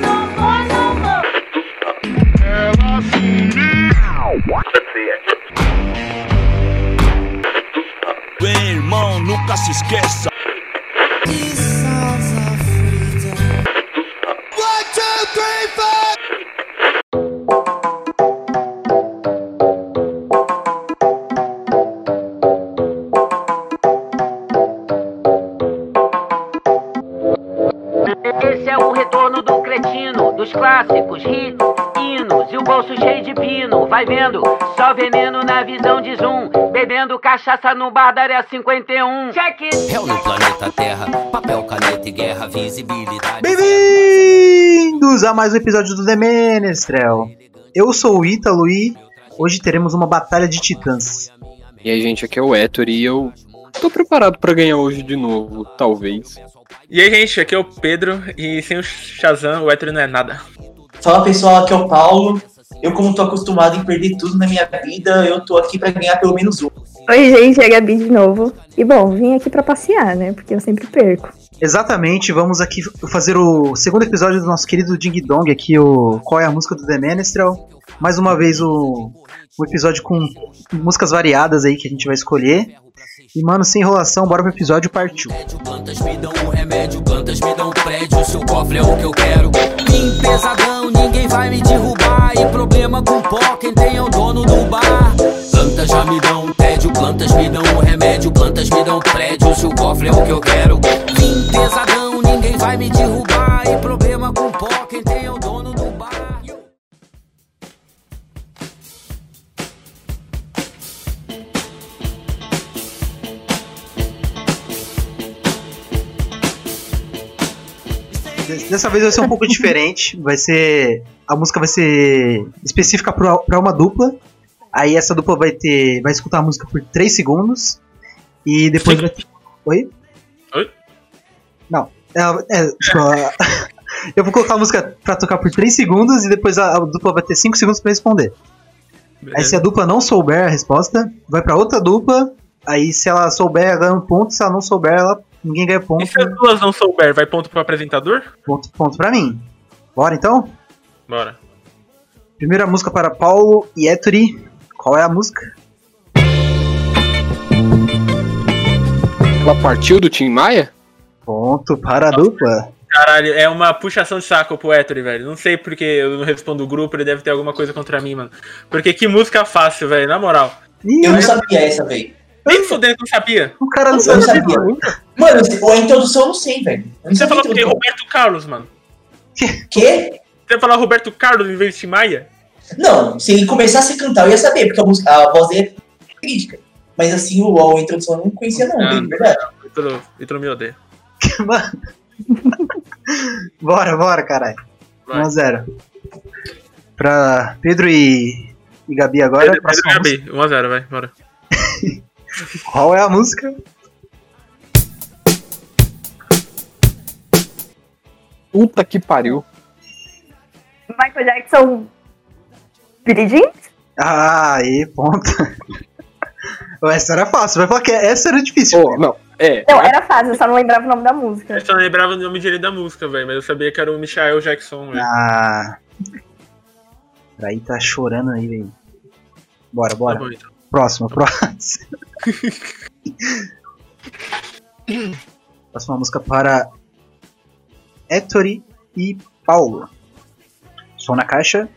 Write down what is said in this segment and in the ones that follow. Não vou, não vou. Ela sumiu. Meu irmão, nunca se esqueça. Esse é o retorno do cretino, dos clássicos, hits, hinos e o bolso cheio de pino. Vai vendo, só veneno na visão de zoom, bebendo cachaça no bar da área 51. Check it. Réu no planeta Terra, papel, caneta e guerra, visibilidade. Bem-vindos a mais um episódio do The Menestrel. Eu sou o Ítalo e hoje teremos uma batalha de titãs. E aí, gente, aqui é o Héctor e eu tô preparado pra ganhar hoje de novo, talvez. E aí, gente, aqui é o Pedro e sem o Shazam o hétero não é nada. Fala pessoal, aqui é o Paulo. Eu, como tô acostumado em perder tudo na minha vida, eu tô aqui pra ganhar pelo menos um. Oi, gente, é a Gabi de novo. E bom, vim aqui pra passear, né? Porque eu sempre perco. Exatamente, vamos aqui fazer o segundo episódio do nosso querido Ding Dong, aqui o Qual é a música do The Menestrel. Mais uma vez o, é o episódio com músicas variadas aí que a gente vai escolher. E mano, sem enrolação, bora pro episódio, um. partiu. Médio, plantas me dão um remédio, plantas me dão um prédio, seu cofre é o que eu quero. Mim pesadão, ninguém vai me derrubar. E problema com pó, quem tem é o dono do bar. Plantas já me dão um tédio, plantas me dão um remédio, plantas me dão um prédio, seu cofre é o que eu quero. Mim pesadão, ninguém vai me derrubar. E problema com pó, quem tem é o dono do bar. D- Dessa vez vai ser um pouco diferente. Vai ser. A música vai ser específica pra pra uma dupla. Aí essa dupla vai ter. Vai escutar a música por 3 segundos. E depois vai ter. Oi? Oi? Não. É, é, tipo, a- eu vou colocar a música pra tocar por 3 segundos e depois a, a dupla vai ter 5 segundos pra responder. Aí se a dupla não souber a resposta, vai pra outra dupla. Aí se ela souber, ela ganha um ponto. Se ela não souber, ela, ninguém ganha ponto. E se as duas não souber, vai ponto pro apresentador? Ponto, ponto pra mim. Bora então? Bora. Primeira música para Paulo e Ettore. Qual é a música? Ela partiu do Tim Maia? Ponto para a dupla. Caralho, é uma puxação de saco pro hétero, velho. Não sei porque eu não respondo o grupo, ele deve ter alguma coisa contra mim, mano. Porque que música fácil, velho, na moral. Ih, Eu não sabia essa, velho. Nem fudendo que eu sabia. o cara não Eu sabe. não sabia. Mano, a introdução eu não sei, velho. Eu Não Você sei falou que tem o Roberto Carlos, mano. quê? Você falar Roberto Carlos em vez de Tim Maia? Não, se ele começasse a cantar, eu ia saber, porque a, música, a voz dele é crítica. Mas assim, o, a introdução eu não conhecia, não, Ah, velho, de verdade. Itro, Itro me odeia. Bora, bora, caralho. Vai. 1x0. Pra Pedro e, e Gabi agora. Pedro, Pedro próxima música. Gabi, 1x0, vai, bora. Qual é a música? Puta que pariu. Michael Jackson. Billie Jean? Ah, aí, ponto. essa era fácil, vai falar que essa era difícil. Oh, não, é. Não, era fácil, eu só não lembrava o nome da música. Eu só não lembrava o nome direito da música, velho, mas eu sabia que era o Michael Jackson, velho. Ah. Aí tá chorando aí, velho. Bora, Tá bora. bom, então. Próxima, próxima. próxima música para Ettore e Paulo. Som na caixa.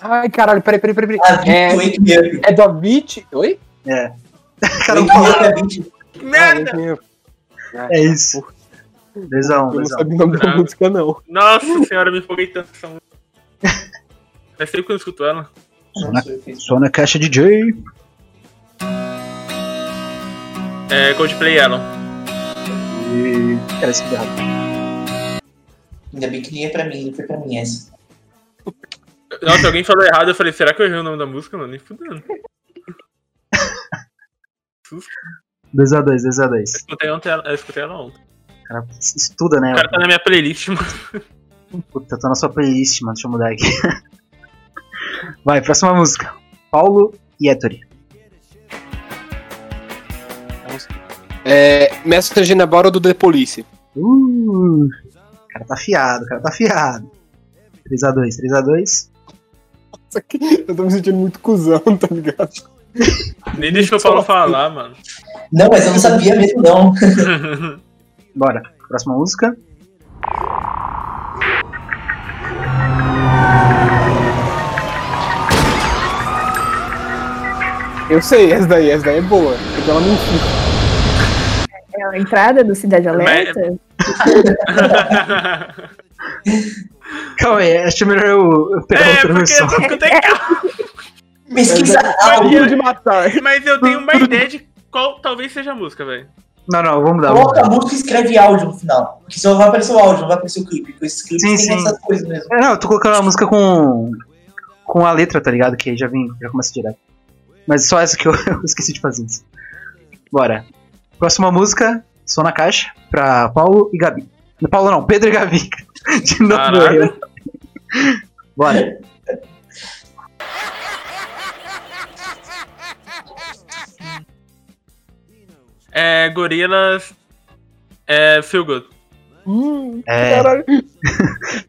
Ai, caralho, peraí, peraí, peraí. A Vinte, peraí. Wake Me Up. É, é do Avit? Oi? É. Cara, Wake Me Up é 20. Merda! Ah, eu- é isso. Lesão, Eu não lesão. sabia o nome da Droga. música, não. Nossa senhora, me empolguei tanto essa música. Faz tempo que eu não escuto ela. Nossa, eu fiz. Som na caixa DJ. É Coldplay Elon. E... Cara, isso que errado. Ainda bem que nem é pra mim, não foi pra mim essa. Nossa, alguém falou errado, eu falei, será que eu errei o nome da música, mano? Nem fudendo. 2x2, 2x2. Eu escutei, ontem, ela- eu escutei ela ontem. Cara, estuda, né? O cara tá na minha playlist, mano. Puta, tá na sua playlist, mano. Deixa eu mudar aqui. Vai, próxima música. Paulo e Ettore. É Message in a Bottle do The Police. Uh, o cara tá fiado, o cara tá fiado. 3x2, 3x2. Só que eu tô me sentindo muito cuzão, tá ligado? Nem deixou o Paulo falar, mano. Não, mas eu não sabia mesmo, não. Bora, próxima música. Eu sei, essa daí, essa daí é boa. Porque ela não É a entrada do Cidade Alerta. Calma aí, acho é melhor eu eu pegar É, outra porque versão. eu escutei calma, Pesquisa algo. É, de matar. mas eu tenho uma ideia de qual talvez seja a música, velho. Não, não, vamos dar. Vamos Coloca dar. a música e escreve áudio no final. Porque só vai aparecer o áudio, não vai aparecer o clipe. Porque esses clipes Sim, têm sim. essas coisas mesmo. É, não, eu tô colocando a música com com a letra, tá ligado? Que aí já vem, já começa direto. Mas só essa que eu, eu esqueci de fazer isso. Bora. Próxima música, Som na Caixa, pra Paulo e Gabi. Não, Paulo não, Pedro e Gabi. De novo Caraca. eu. Bora. É Gorilas. É Feel Good. É, Caralho.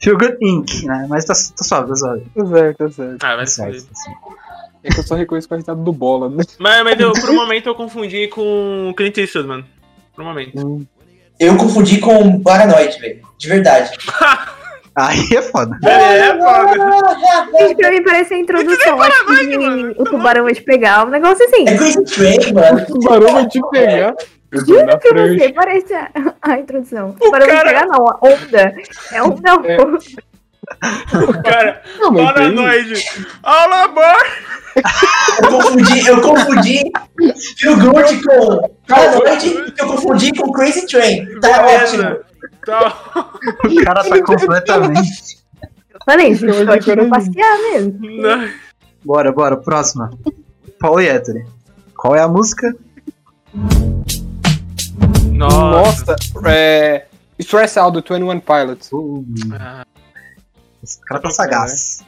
Feel Good Inc, né? Mas tá, tá suave, tá suave. Tá certo, tá certo. Ah, Tá vai se suave, fuder. tá suave. É que eu só reconheço a quantidade do bola, né? Mas, mas eu, por um momento eu confundi com Clint Eastwood, mano. Por um momento. Eu confundi com Paranoid, velho. De verdade. Aí é foda. É, foda. Gente, pra mim parece a introdução. Acho que o tubarão vai te pegar. Um negócio assim. É Crazy Train, mano. O barulho vai te pegar. Eu tô Juro na pra você, frente. parece a, a introdução. O tubarão vai te pegar, não. A onda. É onda. É. Cara, Não, mas para tem- noite. All aboard! Eu confundi, eu confundi Feel Good com Paranoid e eu confundi com Crazy Train. Tá ótimo. Beleza. Tá. O cara tá completamente. Eu Falei, gente, Eu tô aqui pra adorei. passear mesmo. Não. Bora, bora, próxima. Paulo e Ettore. Qual é a música? Nossa. Nossa, é. Stress Out do 21 Pilots. Uh, Ah. esse cara tá Tá sagaz.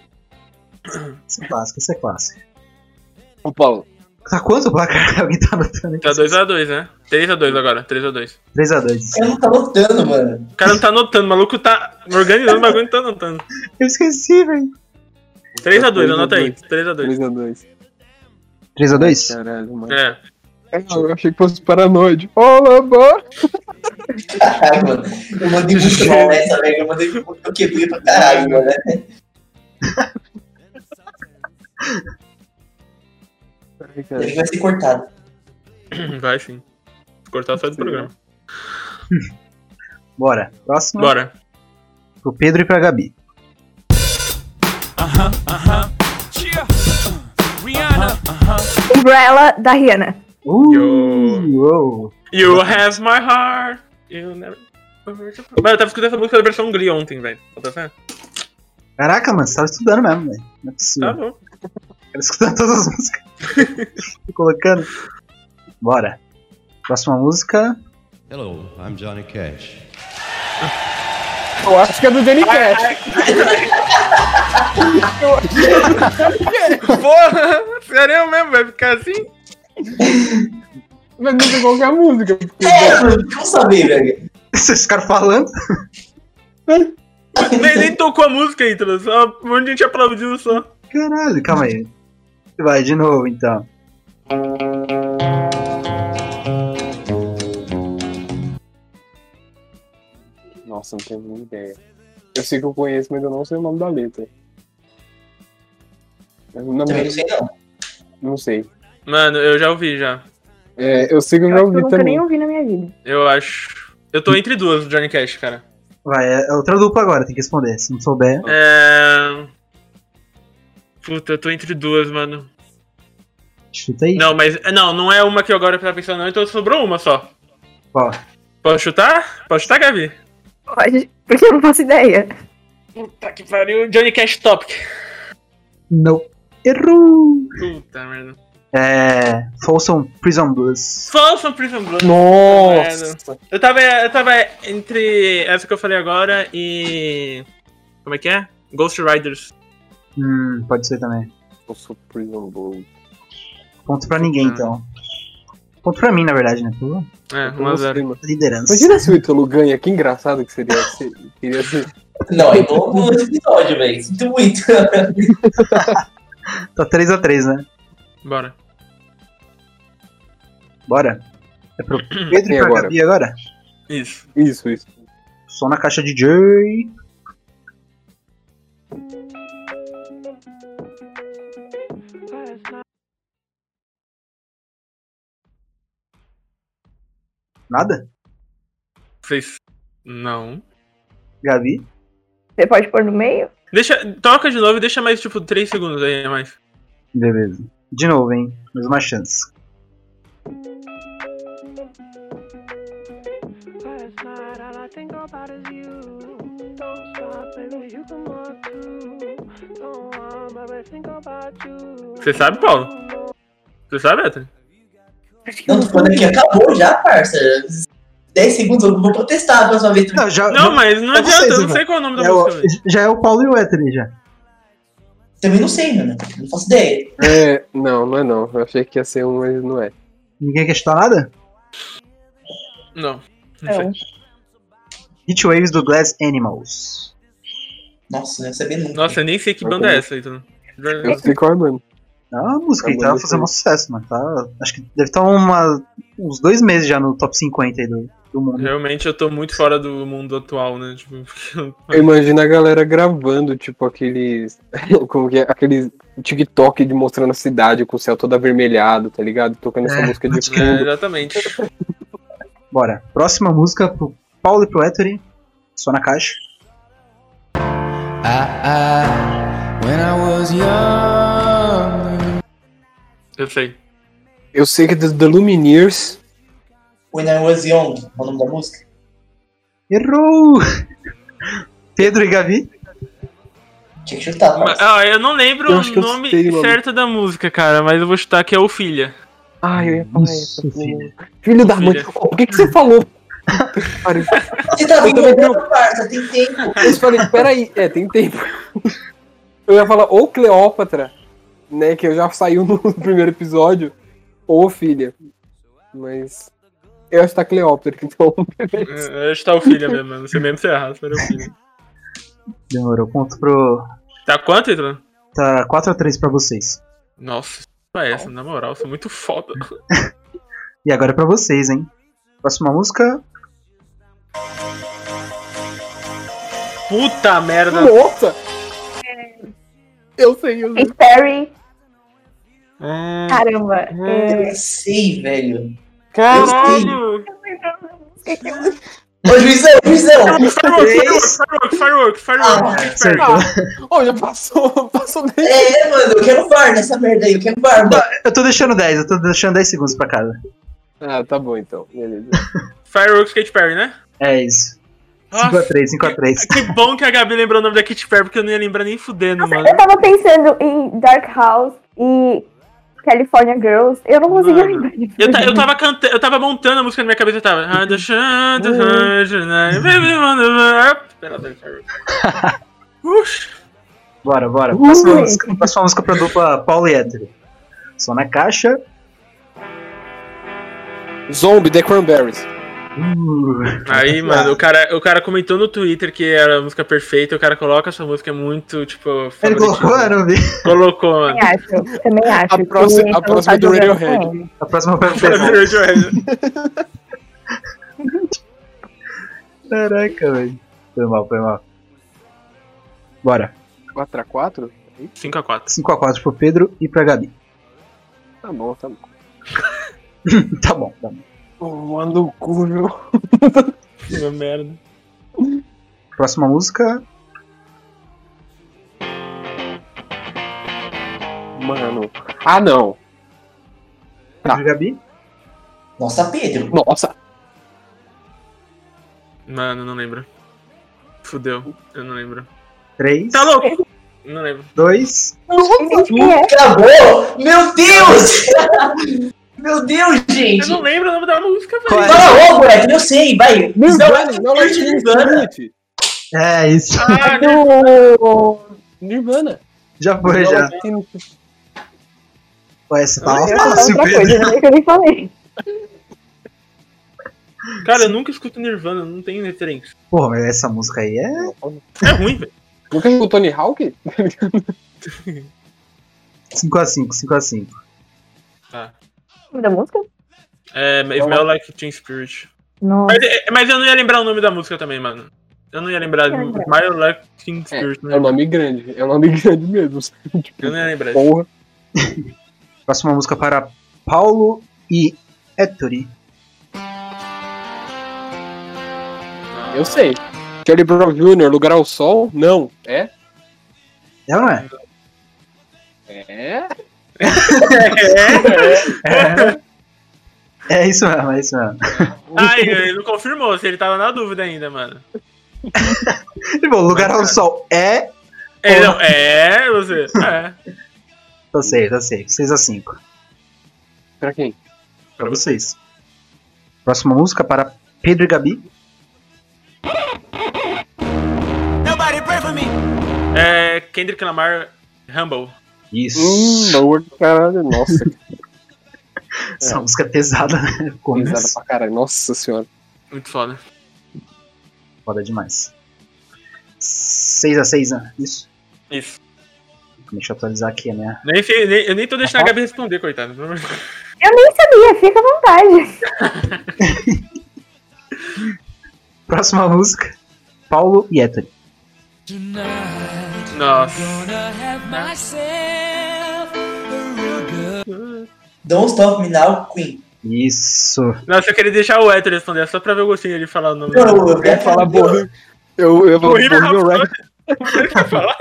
Isso é clássico, isso é clássico. Ô, Paulo. Tá quanto o placar? Alguém tá anotando aqui? Tá 2x2, né? 3x2 agora, 3x2. 3x2. O cara não tá lutando, mano. O cara não tá anotando, o maluco tá organizando o bagulho e não tá anotando. Eu esqueci, velho. 3x2, anota aí. 3x2. 3x2. 3x2? Caralho, mano. É. É, Eu achei que fosse paranoide. Olá, boy. Caralho, Tá, mano. Eu mandei muito mal essa, velho. Eu mandei eu quebrei pra caralho, mano. Ai, A cara. gente vai ser cortado. uhum, Vai sim. Cortar só do programa. Bora. Próxima. Bora. Pro Pedro e pra Gabi. Umbrella da Rihanna. Uh, Yo. uou. You have my heart. You never. Mano, eu tava escutando essa música da versão Glee ontem, velho. Tá certo? Caraca, mano, você tava estudando mesmo, velho. Não é possível. Hum. Tá bom. Quero escutar todas as músicas. Tô colocando. Bora. Próxima música. Hello, I'm Johnny Cash. Eu acho que é do Danny Cash. Porra! Sério mesmo, vai ficar assim? Mas não tem qualquer música. É, mano, como saber, velho? Esses caras falando. Nem, nem tocou a música aí, então, só um monte de gente aplaudiu só. Caralho, calma aí. Vai, de novo então. Nossa, não tenho nenhuma ideia. Eu sei que eu conheço, mas eu não sei o nome da letra. Eu não, Também não sei, não. não sei. Mano, eu já ouvi já. É, eu sei que eu Eu já acho que eu ouvi nunca nem também. ouvi na minha vida. Eu acho. Eu tô entre duas do Johnny Cash, cara. Vai, é outra dupla agora, tem que responder. Se não souber. É. Puta, eu tô entre duas, mano. Chuta aí. Não, mas. Não, não é uma que agora eu tava pensando, não, então sobrou uma só. Ó, Posso chutar? Posso chutar, Gabi? Pode, porque eu não faço ideia. Puta que pariu, Johnny Cash Topic. não. Errou! Puta merda. É. Folsom Prison Blues. Folsom Prison Blues. Nossa! Eu tava, eu tava entre essa que eu falei agora e. Como é que é? Ghost Riders. Hum, pode ser também. Eu sou Prison Blood. Hum. Ponto pra ninguém, Ah. então. Ponto pra mim, na verdade, né? Pô, É, 1x0. mano. liderança. Imagina se o Ítalo ganha, que engraçado que seria. se- Seria assim. Não, é bom no episódio, velho. Sinto muito. Tá 3x3, né? Bora. Bora. É pro Pedro E e pra agora? Gabi agora? Isso. Isso, isso. Som na caixa de Jerry. Nada? Vocês. Não. Gabi? Você pode pôr no meio? Deixa. Toca de novo e deixa mais, tipo, 3 segundos aí a mais. Beleza. De novo, hein? Mesma chance. Você sabe, Paulo? Você sabe, Ethan? Acho que Não, tô falando aqui, acabou já, parça. 10 segundos, eu vou protestar a próxima vez. Não, já, Não, mas não eu adianta, sei, eu não Zé, sei qual é o nome da é o- música, velho. já é o Paulo e o Ether já. Também não sei, mano. Não faço ideia. É, não, não é não. Eu achei que ia ser um, mas não é. Ninguém quer chutar nada? Não. Não sei. não. Hit Waves do Glass Animals. Nossa, não ia saber nunca. Nossa, eu nem sei que banda é essa, Ethan. Eu não sei qual é, mano. É uma música que Tá bom, tá fazendo deixa eu- um sucesso, mano. Tá, acho que deve estar uma, uns dois meses já no top 50 aí do, do mundo. Realmente eu tô muito fora do mundo atual, né? Tipo, Eu imagino a galera gravando, tipo, aqueles. Como que é? Aqueles TikTok de mostrando a cidade com o céu todo avermelhado, tá ligado? Tocando essa É, música de é, fundo. exatamente. Bora. Próxima música pro Paulo e pro Ettore. Só na caixa. Eu sei. Eu sei que é do The Lumineers. When I Was Young, é o nome da música. Errou! Pedro e Gabi. Tinha que chutar, Mas, parça. ah, eu não lembro Eu o acho que eu nome sei o nome. certo da música, cara, mas eu vou chutar que é o Filha. Ai, eu ia falar Isso, isso. Filho, da mãe. Ô, Por que, que você falou? Cara, Você tá Eu também brincando, parça, tem tempo. Eu falei, peraí, é, tem tempo. Eu ia falar ou Cleópatra, né, que eu já saiu no primeiro episódio, ou filha. Mas eu acho que tá Cleópatra, então. beleza. É, Eu ia chutar o Filha mesmo, mano. Você mesmo se é errar, se era o Filha. Demorou. Ponto pro. Tá quanto, Ethan? Tá 4x3 pra vocês. Nossa, é essa, na moral, eu sou muito foda. E agora é pra vocês, hein? Próxima música. Puta merda. Nossa! Eu sei, eu sei. Katy Perry, Hum, caramba. É, Eu sei, velho. Caralho! Ô, juizão, juizão. Fireworks, fireworks, fireworks, Ah, fireworks, Acertou. fireworks. Ô, já passou, passou bem. É, mano, eu quero VAR nessa merda aí, eu quero VAR, mano. Eu tô deixando 10, eu tô deixando 10 segundos pra cada. Ah, tá bom então, beleza. Fireworks Katy Perry, né? É isso. Nossa, 5x3, 5x3. que bom que a Gabi lembrou o nome da Katy Perry, porque eu não ia lembrar nem fudendo, é. mano. Eu tava pensando em Dark House e California Girls. Eu não conseguia Mano, lembrar de Eu, ta- eu tudo. tava cantando, eu tava montando a música na minha cabeça, eu tava. Ah, do chão, do rancho, né? Baby, wanna- Ah, pera, Dark Fireworks. Ux, Bora, bora. Próxima Ui. música, próxima música pra dupla Paulo e Hétero. Só na caixa. Zombie, The Cranberries. Uh, Aí, mano, o cara, o cara comentou no Twitter que era a música perfeita, o cara coloca essa música, é muito, tipo, ele colocou, né? eu favoritismo. não vi. Colocou, mano. Também acho, também acho. que próxima- a eu não próxima é do tava jogando Radiohead. com ele. A próxima foi pro Radiohead. Caraca, velho. Foi mal, foi mal. Bora. 4x4? 5x4. 5x4 pro Pedro e pra Gabi. Tá bom, tá bom. tá bom, tá bom. Ô, uma loucura. Meu merda. Próxima música. Mano. Ah, não. Pedro e Gabi. Nossa, Pedro. Nossa. Mano, não lembro. Fudeu, eu não lembro. 3, Tá louco? Não lembro. 2. Gente, quem é? Acabou! Meu Deus! Meu Deus, gente! Eu não lembro o nome da música, velho. Qual é? Fala logo, moleque, eu sei, vai. Não, Não, não, não, eu te ligando. É isso. Ah, né? Do... Nirvana. Já tá foi, já. Ué, essa tá Ah, fácil, outra Pedro. coisa, né, que eu nem falei. Cara, eu nunca escuto Nirvana, não tem referência. Porra, mas essa música aí é. É ruim, velho. Nunca viu o Tony Hawk? 5x5, 5x5. Ah. O nome da música? É, Smell Like Teen Spirit. Nossa. Mas, é, mas eu não ia lembrar o nome da música também, mano. Eu não ia lembrar. Não ia lembrar. Smell Like Teen É, Spirit. né? é um nome grande. É um nome grande mesmo. Eu Tipo, não ia lembrar. porra. Próxima música para Paulo e Ettore. Eu sei. Charlie Brown Jr., Lugar ao Sol? Não. É? É ou não é? É? É isso mesmo, é isso mesmo. Ai, ele não confirmou, se ele tava na dúvida ainda, mano. E, Bom, Tipo, Lugar ao Sol é. É, não, é, você. É. Eu sei, eu sei. 6x5. Pra quem? Pra vocês. Próxima música para Pedro e Gabi. É Kendrick Lamar Humble. Isso. Hum, boa, caralho. Nossa, que Essa música é pesada, né? Como risada pra caralho. Nossa senhora. Muito foda. Foda demais. 6x6, né? Isso. Isso. Deixa eu atualizar aqui a minha. Nem sei, nem- eu nem tô deixando a Gabi responder, coitado. Eu nem sabia, fica à vontade. Próxima música. Paulo e Ettore. Nossa. Don't Stop Me Now, Queen. Isso. Nossa, eu queria deixar o Hétero responder, só pra ver o gostinho dele falar o nome Não, é dele. eu quero falar boa. Eu, eu, eu vou Bohemian Rhapsody Rhapsody. Por isso que eu ia falar?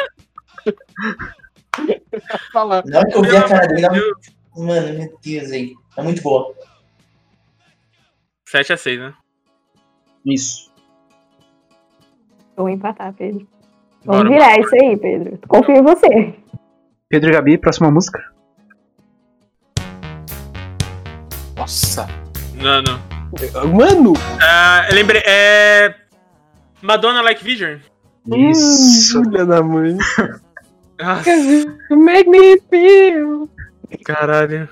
falar. Na hora que eu vi a cara dele, Meu na- Deus. mano, meu Deus, hein. É muito boa. 7x6, né? Isso. Vamos empatar, Pedro. Vamos Bora. virar isso aí, Pedro. Confio em você. Pedro e Gabi, próxima música. Nossa. Não, não. Mano! Ah, eu lembrei. É. Madonna Like Vision. Hum. Isso. Filha da mãe. Nossa, You make me feel. caralho.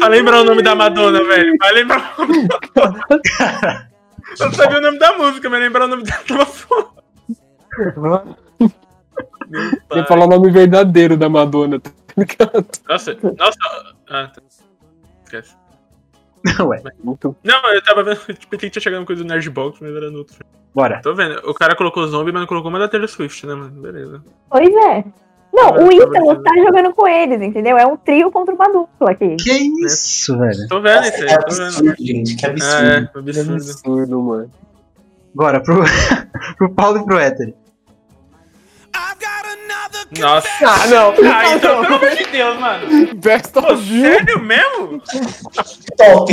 Vai lembrar o nome da Madonna, velho. Vai lembrar o nome da Madonna. Eu não sabia o nome da música, mas lembrar o nome da foda. Tem que falar o nome verdadeiro da Madonna, tá ligado? Nossa, nossa. Ah, tá. Esquece. Ué, Muito Não, eu tava vendo. Tipo, tinha chegado uma coisa do Nerdbox, mas era no outro. bora. Tô vendo. O cara colocou zombie, mas não colocou uma da Taylor Swift, né, mano? Beleza. Pois é. Não, Agora o tá Ítalo brincando. tá jogando com eles, entendeu? É um trio contra uma dupla aqui. Que isso, velho. Tô vendo isso É aí, tô vendo. absurdo, gente. Que absurdo. É, absurdo. absurdo, mano. Bora, pro, pro Paulo e pro Éter. Nossa. Ah, não. Ah, então, pelo amor de Deus, mano. Best Pô, of you. sério mesmo? Top.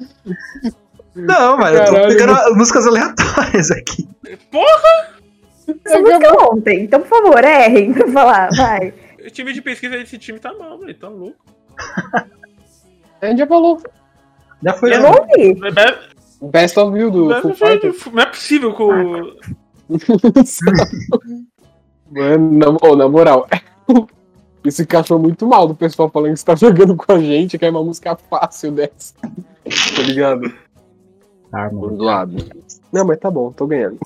Não, mano, eu tô Hum. Caralho, pegando as músicas aleatórias aqui. Essa música ontem. Então, por favor, errem pra falar. Vai. O time de pesquisa desse time tá mal, velho. Tá louco. A gente já falou. Já foi. É né? Eu não ouvi. Mas- mas- Best of you do Full mas- Fighters. mas- Não é possível que o. Mano, na, ô, na moral, isso encaixou muito mal do pessoal falando que você tá jogando com a gente, que é uma música fácil dessa. Tá ligado? Ah, mano. Do lado. Não, mas tá bom, tô ganhando.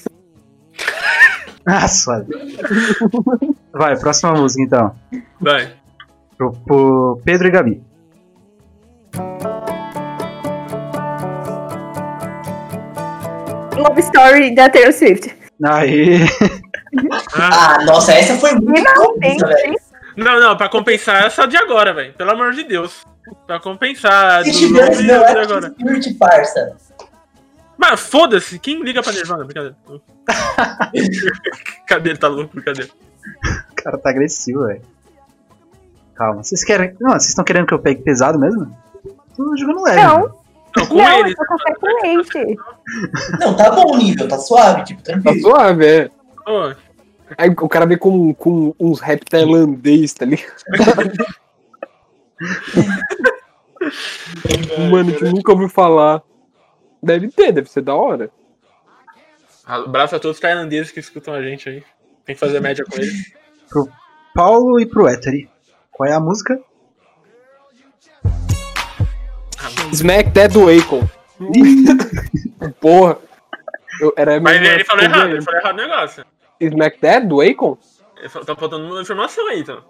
Ah, suave. Vai, próxima música então. Vai. Pro, pro Pedro e Gabi. Love Story da Taylor Swift. Aí. Ah. Ah, nossa, essa foi muito Finalmente. bonita, velho. hein? Não, não, pra compensar essa de agora, velho. Pelo amor de Deus. Pra compensar a do Se tivesse, Zombie, não, é. essa de né, era agora. Spirit, parça. Mas foda-se, quem liga pra Nirvana? Brincadeira. Cadê ele? Tá louco, brincadeira. O cara tá agressivo, velho. Calma. Vocês querem. Não, vocês estão querendo que eu pegue pesado mesmo? Tô jogando leve. mano. Não, Não, com não, ele. eu tô café com leite. Não, tá bom o nível, tá suave, tipo, Tá tranquilo. suave, é. Ô, Aí o cara vem com, com uns rap tailandês, tá ligado? Mano, que nunca ouviu falar. Deve ter, deve ser da hora. Abraço a todos os tailandeses que escutam a gente aí. Tem que fazer média com eles. Paulo e pro Éter. Qual é a música? Smack That do Akon. Porra. Eu, era Mas ele, mesmo, ele falou eu- errado, ele falou errado o negócio. Smack That do Akon? Ele falou- Tá faltando uma informação aí, então.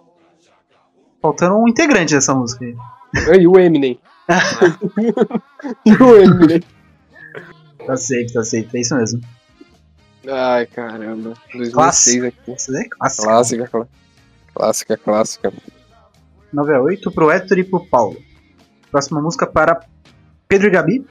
Faltando um integrante dessa música aí. E o Eminem. e o Eminem. Tá aceito, tá aceito. É isso mesmo. Ai, caramba. 2006 Clássica. aqui. Essa daí é clássica. Clássica, clá- clássica, clássica. 9 a 8 pro Héctor e pro Paulo. Próxima música para Pedro e Gabi.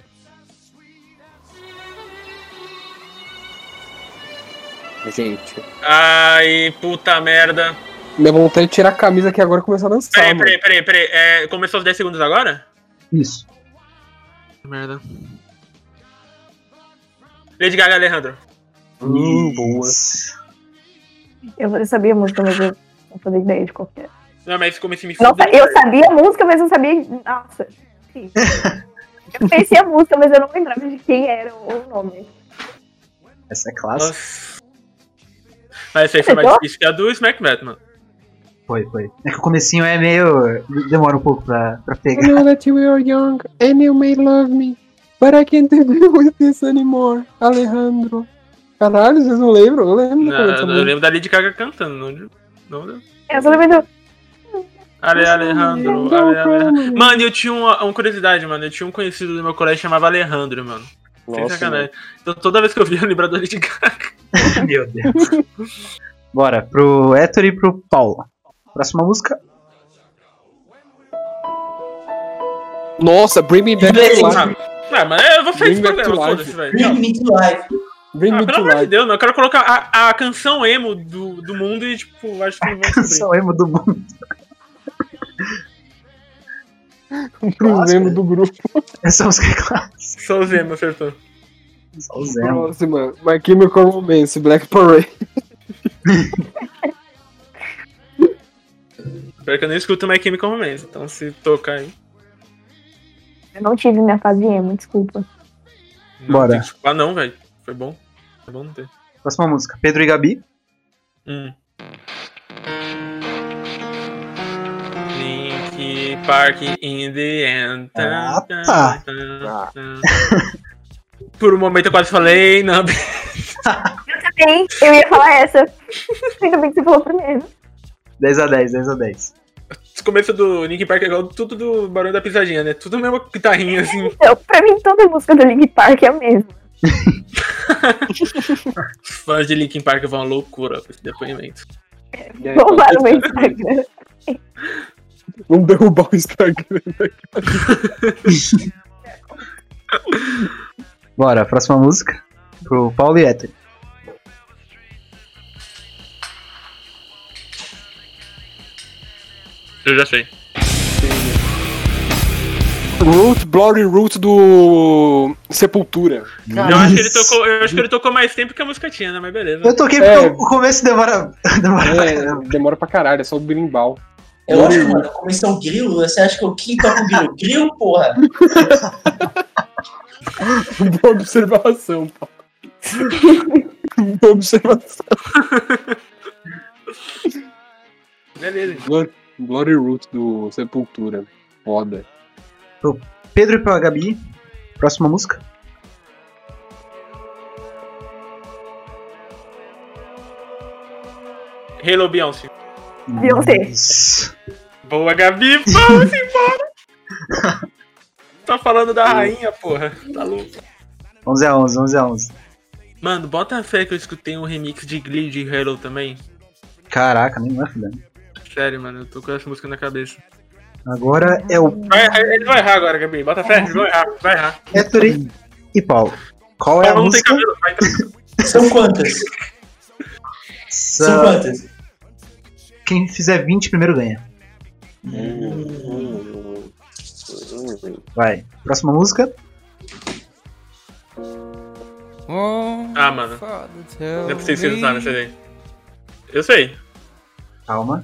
Gente. Ai, puta merda. Minha vontade é tirar a camisa aqui agora e começar a dançar, Peraí, mano. peraí, peraí, peraí. É, começou os 10 segundos agora? Isso. Merda. Lady Gaga, Alejandro. Hum, boa. Eu, eu sabia a música, mas eu não fazia ideia de qualquer. Não, mas como esse me Não, fudeu. eu sabia a música, mas não sabia. Nossa. sim. Eu conhecia a música, mas eu não lembrava de quem era o nome. Essa é clássica. Nossa. Mas essa aí foi mais Entendeu? difícil que a do Smack Metal, mano. Foi, foi. É que o comecinho é meio. demora um pouco pra, pra I pegar. know that you are young and you may love me, but I can't deal with this anymore, Alejandro. Caralho, vocês não lembram? Eu lembro do Não, começo da eu música. lembro da Lady Gaga cantando. Não, não, não. Eu só lembro do. Ale, Alejandro, Não, Ale, Alejandro. não. Mano, eu tinha uma, uma curiosidade, mano. Eu tinha um conhecido do meu colégio que chamava Alejandro, mano. Sem sacanagem. Então toda vez que eu via eu lembrava da Lady Gaga. Meu Deus. Bora, pro Héctor e pro Paulo. Próxima música. Nossa, Bring Me Back to Beleza. Life. Ah, mas eu vou sair Bring de back programa, to life. foda-se, velho. Bring me to life. Bring Ah, Me pelo to amor de Life. Deus, mano. Eu quero colocar a, a canção emo do, do mundo e, tipo, acho que não vai descobrir. Canção emo do mundo. Pro membro do grupo. Essa música é clássica. Só o Zemo acertou. Só os emo. Próxima, My Chemical é Romance, Black Parade. Pior que eu não escuto My Chemical Romance, então se tocar aí. Eu não tive minha fase emo, desculpa. Não Bora. tem que escutar, Ah, não, velho. Foi bom. Foi bom não ter. Próxima música. Pedro e Gabi. Hum. Link Park in the end. Tan, tan, Ah, tan, tan. Por um momento eu quase falei, não. Eu também, eu ia falar essa. Ainda bem que você falou primeiro. 10 a 10 10 a 10 O começo do Link Park é igual tudo do Barão da Pisadinha, né? Tudo mesmo guitarrinha, assim. Então, pra mim, toda música do Link Park é a mesma. Os fãs de Linkin Park vão à loucura com esse depoimento. É, Roubaram meu Instagram. Vamos derrubar o Instagram daqui. Bora, próxima música. Pro Paulo e Héctor. Eu já sei. Root, Bloody Root do Sepultura. Ah, Eu acho, que ele tocou, eu acho que ele tocou mais tempo que a música tinha, né? Mas beleza. Eu toquei É. porque o começo demora. demora pra caramba. É, demora pra caralho, é só o brimbal. É Tá lógico, mano. Começou o grilo. Você acha que eu quem toca o grilo? Grilo, porra. Boa observação, Paulo. Boa observação. Beleza. Blood- Bloody Root do Sepultura. Foda. Pedro e pra Gabi. Próxima música. Hello, Beyoncé. Beyoncé. Nossa. Boa, Gabi. Vamos embora. tá falando da rainha, porra. Tá louco. 11 a 11 11 a 11 Mano, bota a fé que eu escutei um remix de Glee de Hello também. Caraca, nem é vai filha. Sério, mano, eu tô com essa música na cabeça. Agora é o Vai, ele vai errar agora, Gabi. Bota a fé, ele vai errar, vai errar. Héctor e- É e Paulo. Qual é a Ela não tem música? cabelo, vai entrar. São quantas? São Sa- quantas? Quem fizer 20 primeiro ganha. Hum, Vai. Próxima música. Ah, mano. Não é possível que vocês não sabem essa daí. Eu sei. Calma.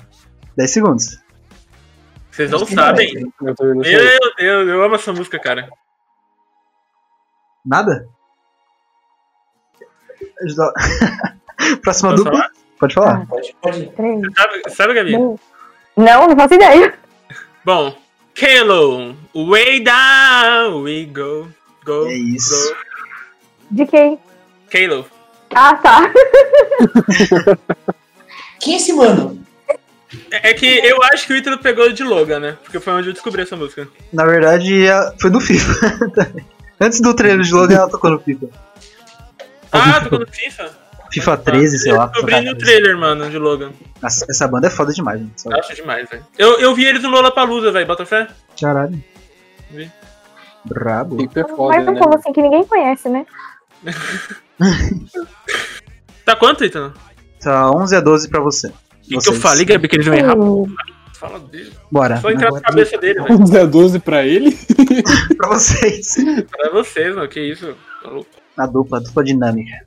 10 segundos. Vocês não sabem. Eu também não sei. Meu Deus, eu amo essa música, cara. Nada? Ajuda- Próxima Posso dupla. falar? Pode falar. Pode, pode. Três. Sabe, sabe Gabi? Não, não faço ideia. Bom, Kalo. Way down we go. Go. É isso. Go. De quem? Caleb. Ah, tá. Quem é esse mano? É é que eu acho que o Ítalo pegou de Logan, né? Porque foi onde eu descobri essa música. Na verdade, a- foi no FIFA. também. Antes do treino de logo, ela tocou no FIFA. Ah, tocou no FIFA? FIFA 13, sei lá. Ah, Eu descobri no sacanagem. trailer, Tá. mano, de Logan. Nossa, essa banda é foda demais, gente. Eu acho demais, velho. Eu, eu vi eles no Lollapalooza, velho, bota fé? Caralho. Vi. Brabo. Pipa é foda, Mas um né? povo assim que ninguém conhece, né? Tá quanto, Ítalo? Tá 11 a 12 pra você. O que, que eu Vocês. falei, Gabi, que eles vêm rápido? Hum, Fala dele. Bora. Só entrar na Tá, Agora cabeça dele, velho. 11 a 12 pra ele? pra vocês. Pra vocês, mano, que isso. Tá Maluco. A dupla, a dupla dinâmica.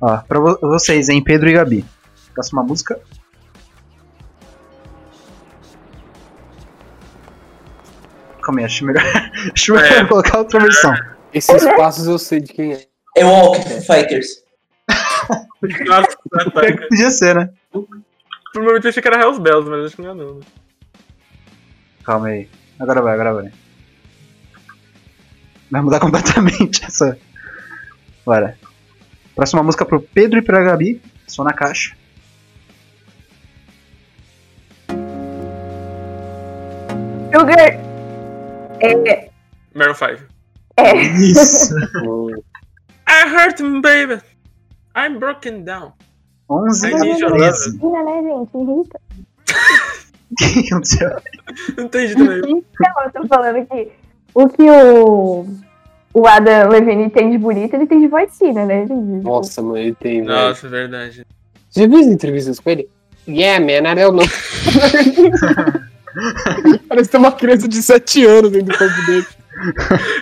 Ó, pra vo- vocês, hein, Pedro e Gabi. Próxima música. Calma aí, acho melhor. acho melhor É. colocar outra versão. Esses passos eu sei de quem é. É o Walk Foo Fighters. Nossa, tá, Pior que cara. Podia ser, né? Por um momento eu achei que era Hells Bells, mas acho que não é não. Calma aí. Agora vai, agora vai. Vai mudar completamente essa. Bora. Próxima música pro Pedro e pra Gabi. Só na caixa. Sugar. É, Meryl 5. é. Isso. I hurt me, baby. I'm broken down. 11 Ai, a ninja, 13. Menina, né, gente? Irrita. Meu Deus do céu. Não entendi também. Não, eu tô falando que o que o, o Adam Levine tem de bonito, ele tem de voicina, né, gente? Nossa, mano, ele tem, velho. Nossa, verdade. Você já viu as entrevistas com ele? Yeah, man, I don't know. Parece ter uma criança de 7 anos dentro do corpo dele.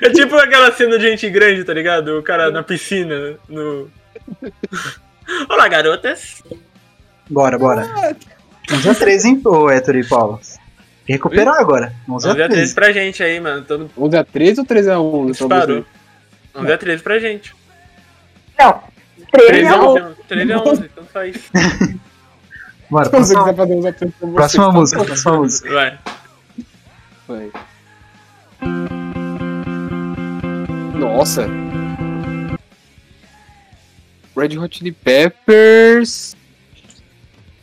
É tipo aquela cena de gente grande, tá ligado? O cara na piscina, né? no. Olá, garotas. Bora, bora. 11 a 13, hein, ô Héctor e Paulo? Tem que Recuperar agora. 11 a 11 a 13 13. pra gente aí, mano. Todo mundo 11 a 13 ou 13 a 1? disparou. 11 a 13 pra gente. Não, 13 três é a não. 11. 13 a 11, então faz. Bora, Se você próxima, quiser fazer 11 a 13 com você. próxima música, próxima música. Vai. Vai. Nossa. Red Hot Chili Peppers.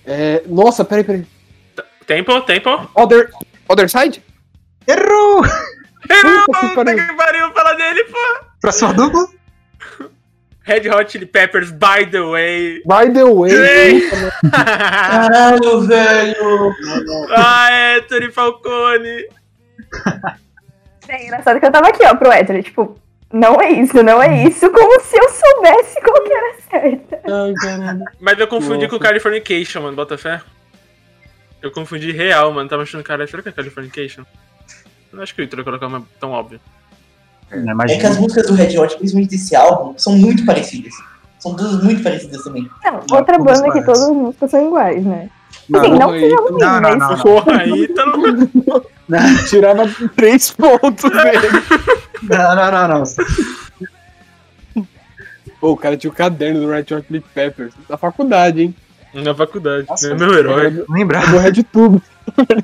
É, nossa, peraí, peraí. Tempo, tempo. Other, other Side? Errou! Eu, que puta pariu. que pariu, fala dele, pô. Próxima dupla? Red Hot Chili Peppers, by the way. By the way. Ei. Caralho, velho. ah, Héctor Falcone. É engraçado que eu tava aqui, ó, pro Edler, tipo, não é isso, não é isso, como se eu soubesse qual que era certa. Ai, caralho. Mas eu confundi Nossa. com Californication, mano, bota fé. Eu confundi real, mano. Tava achando, cara, será que é Californication? Eu Não acho que o Ítalo ia colocar uma tão óbvia. Não, É que as imagina. músicas do Red Hot, principalmente desse álbum, são muito parecidas. São todas muito parecidas também. Não, outra como banda isso que parece? todas as músicas são iguais, né? Não, Assim, não é não que seja ruim, Não, não, mas não. Porra, Ítalo. Tirava 3 pontos, velho. Não, não, não, não. Pô, o cara tinha o caderno do Red Hot Chili Peppers da faculdade, hein? Na faculdade. Nossa, é meu herói. Não lembrava. Do Red Tube.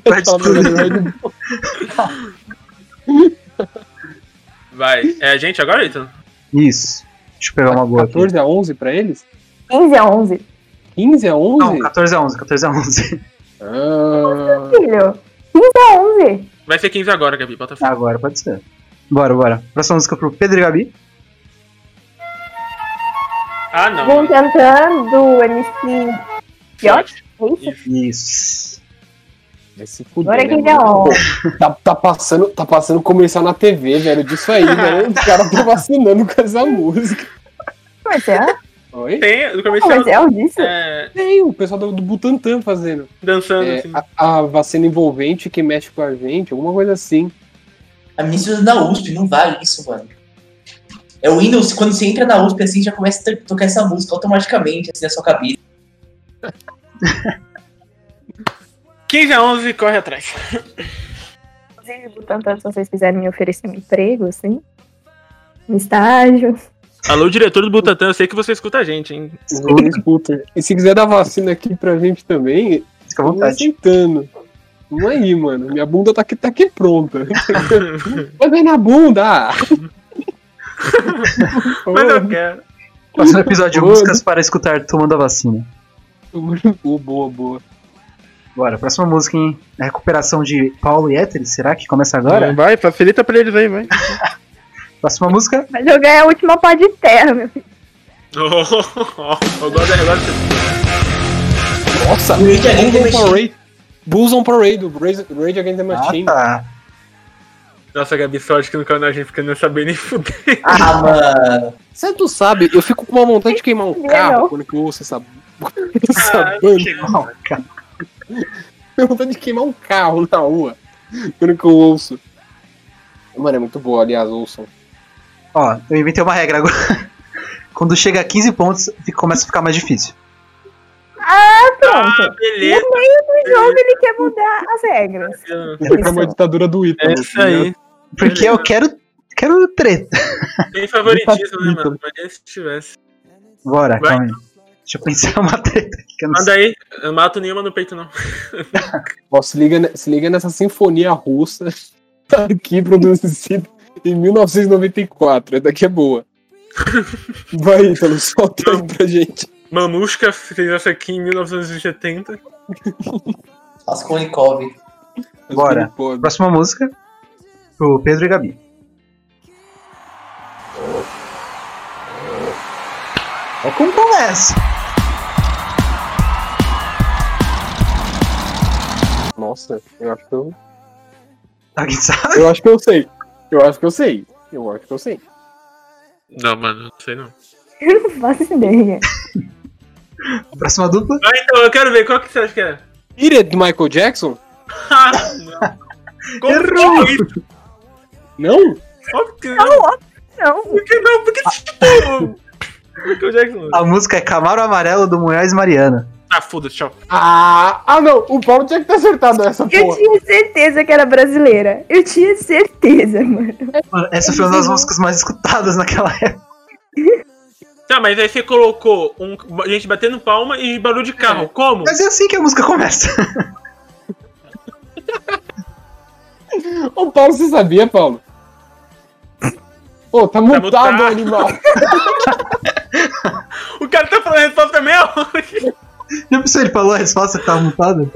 Red Tava Tube. jogando Red Bull. Vai. É a gente agora, Ítalo? Isso. Deixa eu pegar uma boa aqui. 14 a 11 pra eles? 15 a 11. 15 a 11? Não, 14 a 11, 14 a 11. Ah, Filho, 15 a 11. Vai ser 15 agora, Gabi, bota fé. Agora pode ser. Bora, bora. Próxima música pro Pedro e Gabi. Ah, não. Vem mano. cantando do MC Fiote, é isso? Isso. vai se fuder, Agora né, 15 a mano? 11. Tá, tá passando, tá passando comercial na TV, velho, disso aí, velho. Os caras tão vacinando com essa música. Mas é? Oi? Tem, no Ah, comercial. Mas é o disso? É, Tem o pessoal do, do Butantan fazendo. dançando, É, assim. a, a vacina envolvente que mexe com a gente, alguma coisa assim. A minha estuda na USP, não vale isso, mano. É o Windows, quando você entra na USP assim, já começa a ter- tocar essa música automaticamente, assim, na sua cabeça. 15 a 11, corre atrás. Inclusive, Butantan, se vocês quiserem me oferecer um emprego, assim, um estágio. Alô, diretor do Butantan, eu sei que você escuta a gente, hein? Escuta. E se quiser dar vacina aqui pra gente também, Fica à vamos vontade. aceitando. Não aí, mano. Minha bunda tá aqui, tá aqui pronta. Mas vem na bunda! Mas é eu quero. Próximo episódio, é Boa, né? músicas para escutar tomando a vacina. Boa, boa, boa. Bora, próxima música, hein? É A recuperação de Paulo e Éteres, será que começa agora? Hum, Vai, facilita pra eles aí, vai. Próxima música, Vai jogar é a última pá de terra, meu filho. Oh, eu gosto eu gosto desse- Nossa, O Rage Against the Bulls on Machine. Parade. Bulls on Parade, do Rage Rage Against the Machine. Ah, tá. Nossa, Gabi, sorte que no canal a gente fica não sabendo nem fuder. Ah, mano. Você não sabe, eu fico com uma vontade de queimar um Não. carro quando que eu ouço essa, essa banda. Não, cara. Tenho vontade de queimar um carro na rua. Pelo que eu ouço. Mano, é muito boa, aliás, ouçam. Ó, eu inventei uma regra agora. Quando chega a 15 pontos, fica- começa a ficar mais difícil. Tá Ah, Pronto. Tá beleza. No meio do jogo ele quer mudar as regras. É uma ditadura do Ítalo. É isso aí. Porque eu quero. Quero treta. Tem favoritismo, né, mano? Mas se tivesse. Bora, Vai. calma aí. Deixa eu pensar uma treta aqui que eu não Manda sei. aí, eu mato nenhuma no peito, não. Ó, se, liga, ne- se liga nessa sinfonia russa tá aqui produzida em 1994. Daqui é boa. Vai, Ítalo, solta aí pra gente. Mamushka fez essa aqui em 1970. Raskolnikov. Bora. Pode. Próxima música. Pro Pedro e Gabi. Ó, como começa? Nossa, eu acho que eu. Alguém sabe? Eu acho que eu sei. Eu acho que eu sei. Eu acho que eu sei. Não, mano, não sei não. Eu não faço ideia. Próxima dupla. Ah, então, eu quero ver, qual que você acha que é? Eat It, do Michael Jackson? Ah, não. Como Errou! que é isso? Não? Óbvio que Não, não. óbvio que não. Por que não? Por que tipo... Por que o Jackson? A música é Camaro Amarelo do Munhoz Mariana. Ah, foda-se, tchau. Ah, ah, não. O Paulo tinha que ter acertado essa Eu porra. tinha certeza que era brasileira. Eu tinha certeza, mano. Mano, essa foi uma das músicas mais escutadas naquela época. Tá, mas aí você colocou um, gente batendo palma e barulho de carro. Como? Mas é assim que a música começa. Ô, Paulo, você sabia, Paulo? Ô, tá mutado, mutado. animal. O cara tá falando a resposta meia hora. Já pensou, ele falou a resposta tá que tava montada?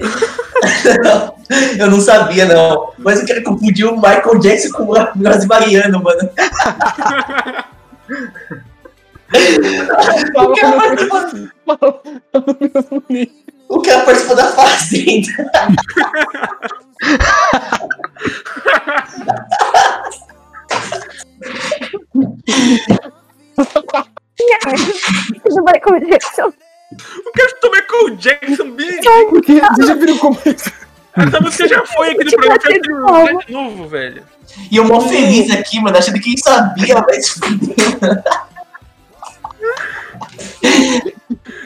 Não, eu não sabia, não. Mas eu quero confundir o Michael Jackson com o Brasil Mariano, mano. Paulo O cara, começou participou, no mesmo nível. o cara participou da Fazenda. Não vai com direção. O cara tomou com o Jackson Big. Porque você já viu como é que- Essa música já foi aqui no Te programa. bater Já de teve palma. de novo, velho. E eu mó feliz aqui, mano, achando que ele sabia, mas.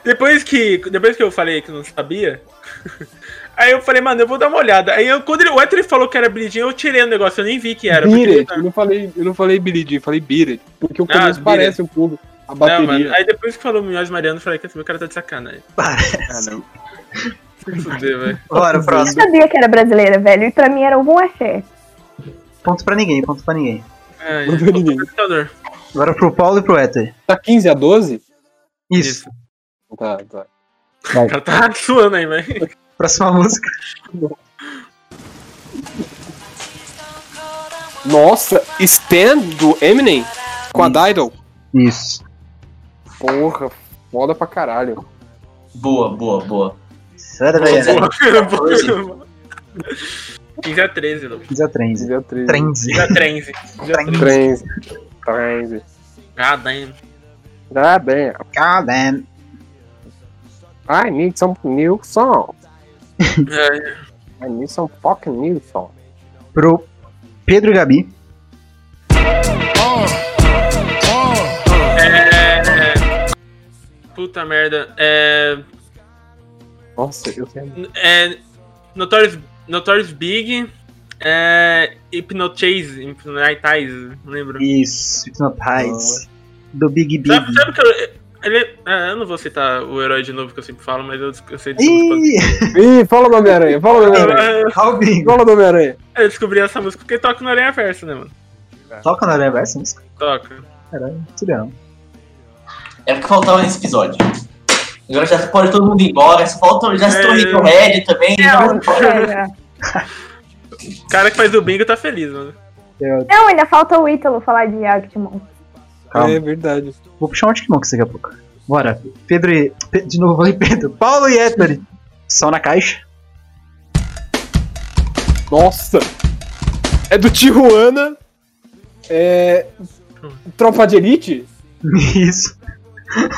Depois que, depois que eu falei que eu não sabia, aí eu falei, mano, eu vou dar uma olhada. Aí eu, quando ele, o Ether falou que era Blidinho, eu tirei o negócio, eu nem vi que era. Beat porque- It. Eu não falei, eu não falei Billy Jean, eu falei Beat It, Porque o Ah, começo Beat parece um pouco a Não, mano. bateria. Aí depois que falou Munhoz Mariano, eu falei que esse meu cara tá de sacanagem. Ah, é, não. Fudeu, velho. Bora, Eu próximo. sabia que era brasileira, velho. E pra mim era algum axé. Ponto pra ninguém, ponto pra ninguém. Ai, Não deu ninguém. computador. Agora pro Paulo e pro Éter. Tá 15 a 12? Isso. Tá, tá. O cara tá suando aí, velho. Próxima música. Nossa, Stand do Eminem com a Dido. Isso. Porra, foda pra caralho. Boa, boa, boa. Sério, velho. Boa. 15 a 13, Lu. 15 a 13. Dia 13. 13. 15 a 13. 15 a 13. 13. 13. Ah, damn. Ah, bem. God damn. I need some new song. É, I need some fucking new song. Pro Pedro e Gabi. é, é. Puta merda. É. Nossa, eu tenho. é Notorious, Notorious Big. É. Hypnotize. Hypnotize, não lembro. Isso. Hypnotize. Do Big Big. Sabe, sabe que eu. Ele. Ah, eu não vou citar o herói de novo que eu sempre falo, mas eu, eu sei dessa música. Ih, Ih, fala do Homem-Aranha, fala do Homem-Aranha. Eu, Albinho. Fala do Homem-Aranha. eu descobri essa música porque toca no Aranha Verso, né, mano? Toca na Aranha Versa, música? Toca. Caralho, tudo bem. Era o que é faltava nesse episódio. Agora já pode todo mundo ir embora, só falta, já estou É. rico o Red também. né? Não, é. O cara que faz o bingo tá feliz, mano. Não, ainda falta o Ítalo falar de Agtimon. Calma. É verdade. Vou puxar um Digimon daqui a pouco. Bora. Pedro e. Pe- De novo aí, Pedro. Paulo e Edward. Só na caixa. Nossa! É do Tijuana. É. Tropa de Elite? Isso.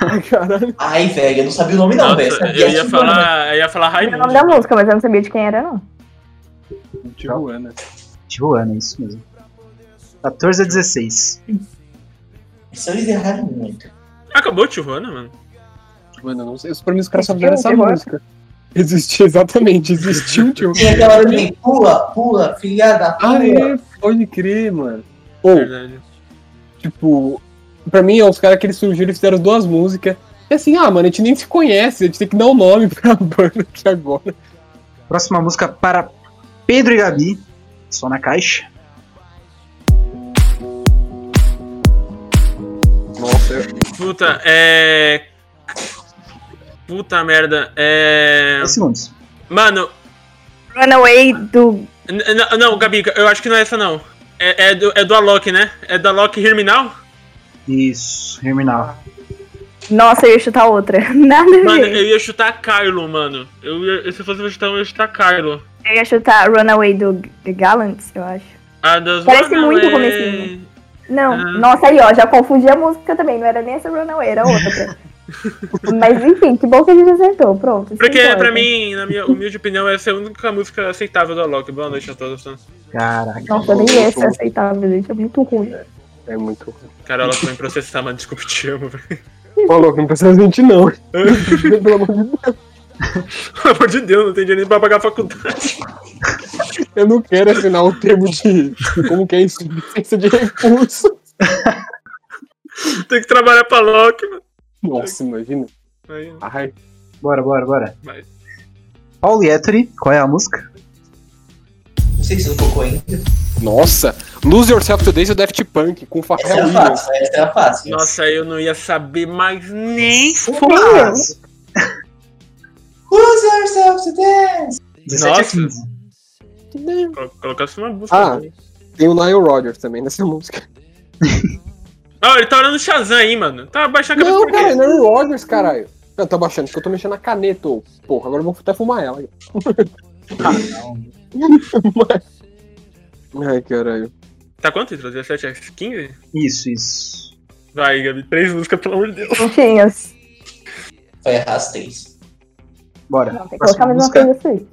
Ai, Caralho. Ai, velho, eu não sabia o nome não, Nossa, velho. Sabia tipo, eu ia que- falar. Eu ia falar É o nome Raimundo. da música, mas eu é não sabia de quem era, não. Tijuana. Tijuana, é isso mesmo. 14 a 16. Isso eles erraram muito. Acabou o Tijuana, mano. Mano, eu não sei. Pra mim, os caras só fizeram essa Existiu um Tijuana? música. Existiu, exatamente. Existiu um Tijuana. E aquela hora também, pula, pula, filha da Ah, pula. é? Pode crer, mano. Ou, Verdade. tipo, pra mim, os caras que eles surgiram, eles fizeram duas músicas. E assim, ah, mano, a gente nem se conhece, a gente tem que dar um nome pra banda aqui agora. Próxima música para Pedro e Gabi. Só na caixa. Nossa, eu... Puta, é. Puta merda. É. 10 segundos. Mano, Runaway do. n- n- não, Gabi, eu acho que não é essa não. É, é do, é do Alok, né? É do Alok Hear Me Now? Isso, terminal. Nossa, eu ia chutar outra. Nada a Mano, ver. eu ia chutar Kylo, mano. Eu ia, se eu fosse chutar, eu ia chutar Kylo. Eu ia chutar Runaway do The Gallants, eu acho. A das é- Parece muito o Runaway. Não, Ah. nossa, aí ó, já confundi a música também. Não era nem essa Runaway, era outra. mas enfim, que bom que a gente acertou. Pronto. isso Porque, é. importa. pra mim, na minha humilde opinião, essa é a única música aceitável do Alok. Boa noite a todos. Caraca. Nossa, nem essa é aceitável, gente. É muito ruim. É muito. Cara, o Alok vai me processar, mano. Desculpa, te amo, velho. Falou, não precisa mentir, não. Pelo amor de Deus, Pelo amor de Deus, não tem dinheiro nem pra pagar a faculdade. eu não quero assinar o termo de. de Como que é isso? Licença de recurso. Tem que trabalhar pra Alok, mano. Nossa, imagina. Aí, Ai, Bora, bora, bora. Vai. Paulo e Ettore, qual é a música? Não sei se você não colocou ainda. nossa! Lose Yourself Today do Daft Punk com Essa Pharrell era Williams. fácil, essa era fácil. Nossa, eu não ia saber mais nem Ah, Use yourself today. 17 a Nossa. 15. Colo- Colocasse uma música. Ah, né? tem o Nile Rodgers também nessa música. Ah, ele tá olhando o Shazam aí, mano. Tá abaixando a cabeça Não, por cara, é quê? Nile Rodgers, caralho. Não, tá baixando, acho que eu tô mexendo na caneta, ô. Porra, agora eu vou até fumar ela. Ai, caralho. Tá quanto, Ítalo? 17 a 15? Isso, isso. Vai, Gabi. Três músicas, pelo amor de Deus. Tinhas. Vai errar as três. Bora. Não, tem que Próxima colocar mais uma música. coisa assim.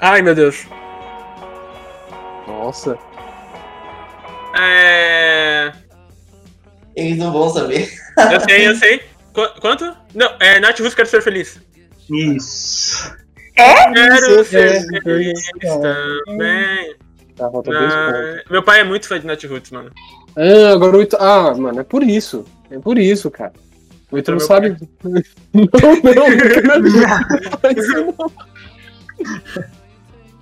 Ai, meu Deus. Nossa. É... Eles não vão saber. Eu sei, eu sei. Qu- quanto? Não, é Nath Russo, quero ser feliz. Isso. Quero ser é, feliz também. Tá, falta dois pontos. Ah, Meu pai é muito fã de Nath Roots, mano. Ah, agora o Ito... Ah, mano, é por isso. É por isso, cara. O Ito não Meu sabe. não, não, não, fala isso, não.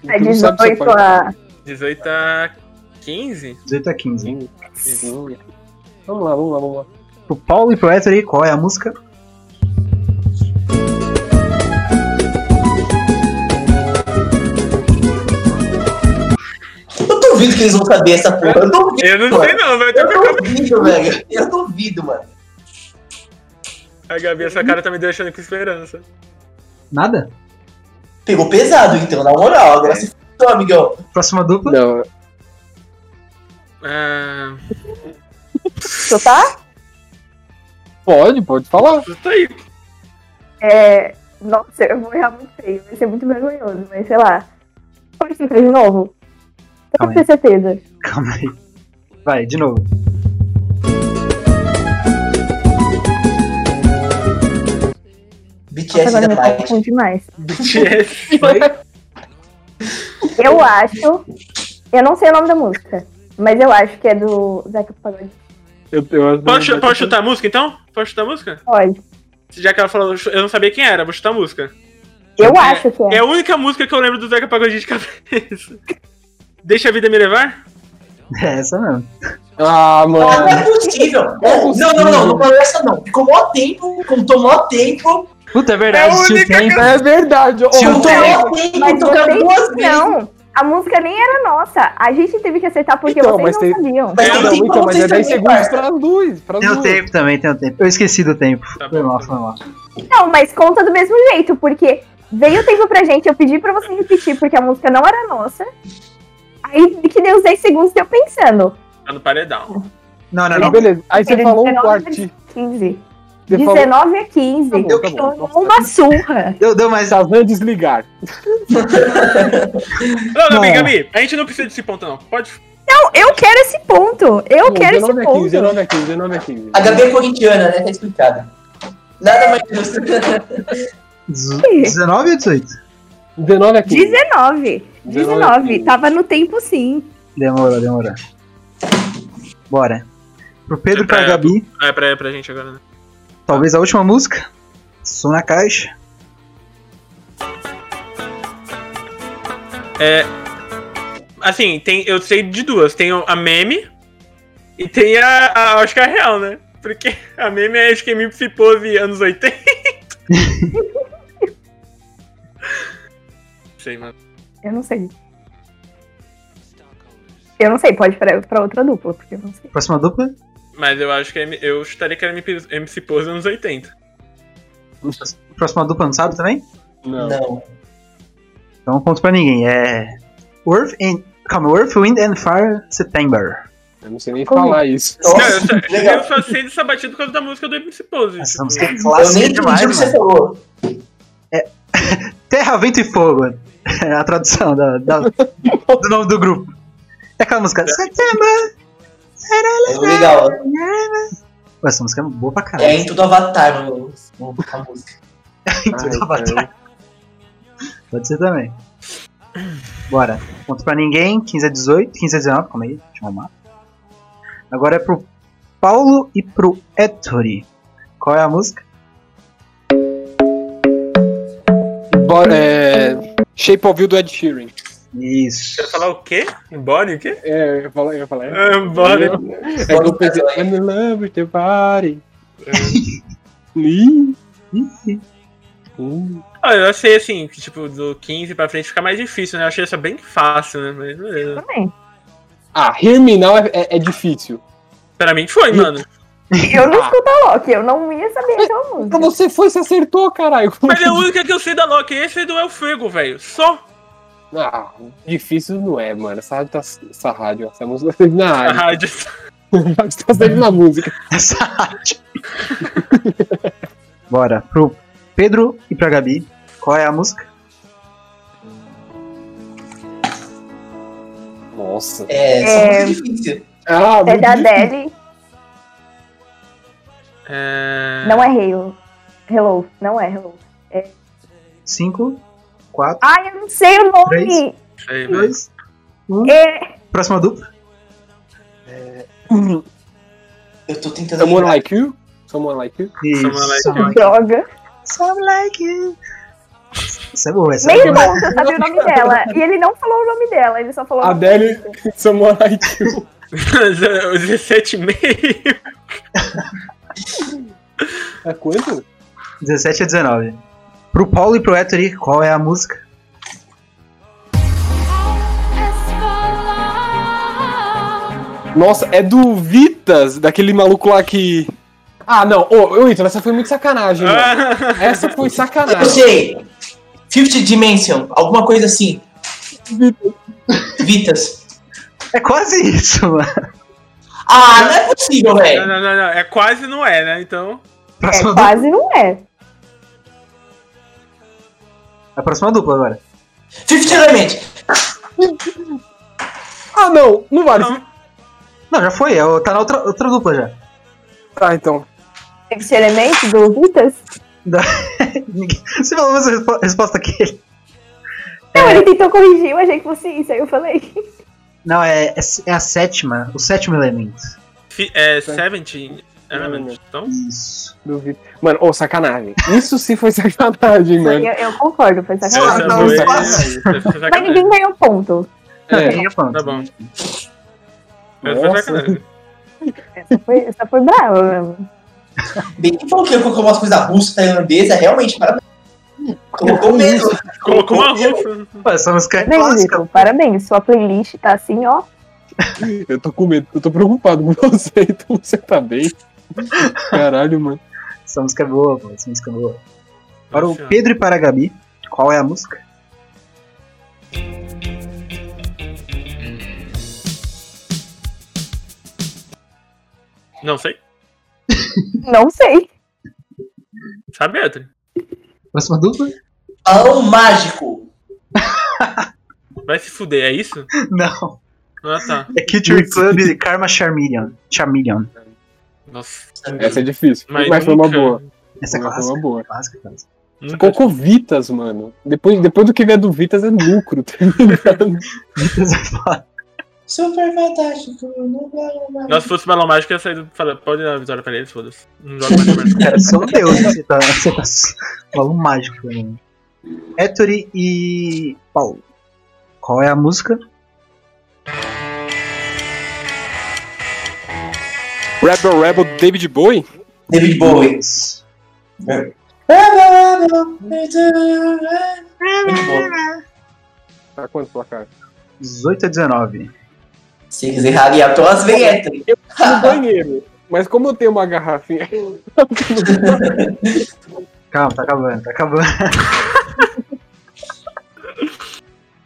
O É Ito não sabe se 18 pode- a. 18 a 15? 18 a 15. Vamos lá, vamos lá, vamos lá. Pro Paulo e pro Ettore, qual é a música? Eu duvido que eles vão saber essa porra. Eu duvido. Eu não sei não, vai ter que Eu duvido, velho. Eu duvido, mano. A Gabi, essa cara tá me deixando com esperança. Nada? Pegou pesado, então, na moral. É. Agora se f***, amigão. Próxima dupla? Não, Ah, Chutar? pode, pode falar. tá aí. É. Nossa, eu vou errar muito feio. Vai ser muito vergonhoso, mas sei lá. Pode chutar de novo? Só Calma pra ter certeza. Calma aí. Vai, de novo. é BTS Nossa, da agora eu tá me Light. confundi demais. BTS. Eu acho. Eu não sei o nome da música, mas eu acho que é do Zeca Pagodinho. Eu, eu Posso, chu- posso chutar a música então? Posso chutar a música? Pode. Já que ela falou, eu chu- eu não sabia quem era, vou chutar a música. Eu É- acho que É é. a única música que eu lembro do Zeca Pagodinho de cabeça. Deixa a vida me levar? É essa mesmo. Ah, Ah, não mano. é possível. É Não, possível. não, não, não falou essa não. Ficou mó tempo, contou mó tempo, Puta, é verdade, É a tio única Ken. É verdade. ô, contou ô, mó tempo, Mas tocaram duas vocês vezes. não. A música nem era nossa. A gente teve que acertar porque Então, mas vocês não tem- sabiam. Mas É, tem não, tempo pra então, mas vocês é 10 também, segundos parça. para as duas. Para as Tem o duas. tempo também, tem o tempo. Eu esqueci do tempo. Tá Foi bom, mal, tá foi mal. Não, mas conta do mesmo jeito, porque veio o tempo pra gente, eu pedi pra você repetir, porque a música não era nossa. Aí que deu os 10 segundos deu pensando. Tá no paredão. Não, não, Aí, não. beleza. Aí você Ele falou um 19, quarto. 15. Você falou. 19 a 15. Tá bom, eu tá bom. tomou uma surra. Deu, deu mais. Shazam é desligar. Não, não, Não. Gabi, Gabi, a gente não precisa desse ponto, não. Pode. Não, eu quero esse ponto. Eu Bom, quero esse 19 é 15, ponto. 19 é 15, 19 é 15. A Gabi é corintiana, né? Tá explicado. Nada mais justo. Dezo- 19 ou 18? Ah, 19 é 15. 19. 19. Tava no tempo sim. Demorou, demorou. Bora. Pro Pedro e É, pra Gabi, Ah, é pra, é pra gente agora, né? talvez a última música. Som na caixa. É. Assim, tem, eu sei de duas. Tem a meme e tem a, a acho que é a real, né? Porque a meme é acho que me pose anos 80. sei, mano. Eu não sei. Eu não sei, pode pra, pra outra dupla, porque eu não sei. Próxima dupla. Mas eu acho que é, M- eu chutaria que era MP MC Pose anos 80. Próxima dupla não sabe também? Não. Não. Então não conto pra ninguém. É. Earth and. Calma, Earth, Wind and Fire September. Eu não sei nem Como? falar isso. não, eu Nossa, só, eu legal. só sei dessa batida por causa da música do MC Pose. Essa tipo. música é Eu nem clássica entendi o que demais, você mano. falou. Terra, Vento e Fogo. É a tradução da, da- do nome do grupo. É aquela música. September. É legal. Pô, Essa música é boa pra caralho. É em tudo Avatar o- o- a música. Então, Ai, Avatar. cara. Pode ser também. Bora. Ponto pra ninguém. 15 a 18. 15 a 19. Calma aí. Deixa eu arrumar. Agora é pro Paulo e pro Ettore. Qual é a música? Bo- é, Shape of You do Ed Sheeran. Isso. Quer falar o quê? Bonnie, o quê? É, eu ia falar. Eu ia falar. É, Ah, Bonnie. é que eu pensei. I'm in love with your body. Ih, Ih, hum. Ah, eu achei assim, que tipo, do 15 pra frente fica mais difícil, né? Eu achei essa bem fácil, né? Mas beleza. Também. Ah, Hear Me Now é, é- é difícil. Pra mim foi, mano. Eu não escuto a Loki, eu não ia saber essa música. Então você foi, você acertou, caralho. Como Mas que- é a única que eu sei da Loki, esse é do El Fuego, velho. Só. Ah, difícil não é, mano. Essa rádio tá. Essa rádio, essa música tá sempre na A rádio. rádio. tá sempre na música. Essa rádio. Bora. Pro Pedro e pra Gabi. Qual é a música? Nossa. É, É. é... muito difícil. Ah, É muito da difícil. Adele, É... não é Hello. Hello, não é Hello. 5, 4, Ai, eu não sei o nome. Três. sei, velho. 2, 1. É. Próxima dupla. Eu tô tentando. Someone lembrar. Like You? Someone Like You? Isso. Someone Droga. Some like you. Essa é boa, essa é Meio boa. ponto, eu sabia o nome dela. E ele não falou o nome dela, ele só falou. o nome Adele, da música. Someone Like You. Os 17 e meio. É quanto? 17 a 19. Pro Paulo e pro Ettore, qual é a música? Nossa, é do Vitas, daquele maluco lá que. Ah, não. Ô, ô, Ítalo, essa foi muito sacanagem, mano. Ah, Essa foi Eu sacanagem. sei. Fifth Dimension, alguma coisa assim. Vitas. É quase isso, mano. Ah, não é possível, não, velho. não, não, não. É quase não é, né? Então. Próxima É, dupla. quase não é. É A próxima dupla agora. Fifth Element. Ah, não. Não vale. Não. Não, já foi. É, o- tá na outra, outra dupla já. Tá, então. Esse elemento do Vitas? Da- Ninguém- Você falou a mesma respo- resposta é que ele. Não, ele tentou corrigir, eu achei que fosse isso, aí eu falei. Não, é, é, é a sétima. O sétimo elemento. Fi- É, 17 Element. Então, Isso. Duvido. Mano, ô, sacanagem. Isso sim foi sacanagem, né? Foi- mano. Eu, eu concordo, foi Ah, sacanagem. essa é, não, foi- fácil. essa foi Mas sacanagem. ninguém ganhou ponto. É. Aí é pronto. Tá bom. Essa foi Nossa. sacanagem. Essa foi, essa foi brava mesmo. Bem que falou que eu coloquei umas coisas russa, tailandesa, é realmente, parabéns. Colocou mesmo. Colocou uma rufa. Pô, Essa música é Parabéns, clássica. Zico, parabéns. Sua playlist tá assim, ó. Eu tô com medo, eu tô preocupado com você, então você tá bem. Caralho, mano. Essa música é boa, pô. Essa música é boa. Para o Nossa. Pedro e para a Gabi, qual é a música? Não sei. Não sei. Sabe, Edri? Próxima dupla? Balão mágico. Vai se fuder, é isso? Não. Ah, tá. É Culture Club e Karma Charmeleon. Charmeleon. Nossa. Essa é difícil. Mas, Mas foi uma nunca- boa. Essa é Mas foi clássica. uma boa. Clássica, clássica. nunca- Cocovitas, mano. Depois, depois do que vier do Vitas é lucro, tá ligado? Super fantástico. né, blá, blá, blá. Não, se fosse Balão Mágico, eu ia sair do... fala, Pode dar a vitória pra eles, foda-se. Não joga mais Balão Mágico. Cara, sou um deus. Você tá, você tá falando mágico, mano. Ettore e Paulo. Qual é a música? Rebel Rebel David Bowie? David Bowie. Isso. Muito bom. Tá quanto placar? 18 a 19. Se quiser raguear todas as vinhetas. No banheiro. Mas como eu tenho uma garrafinha. Calma, tá acabando, tá acabando.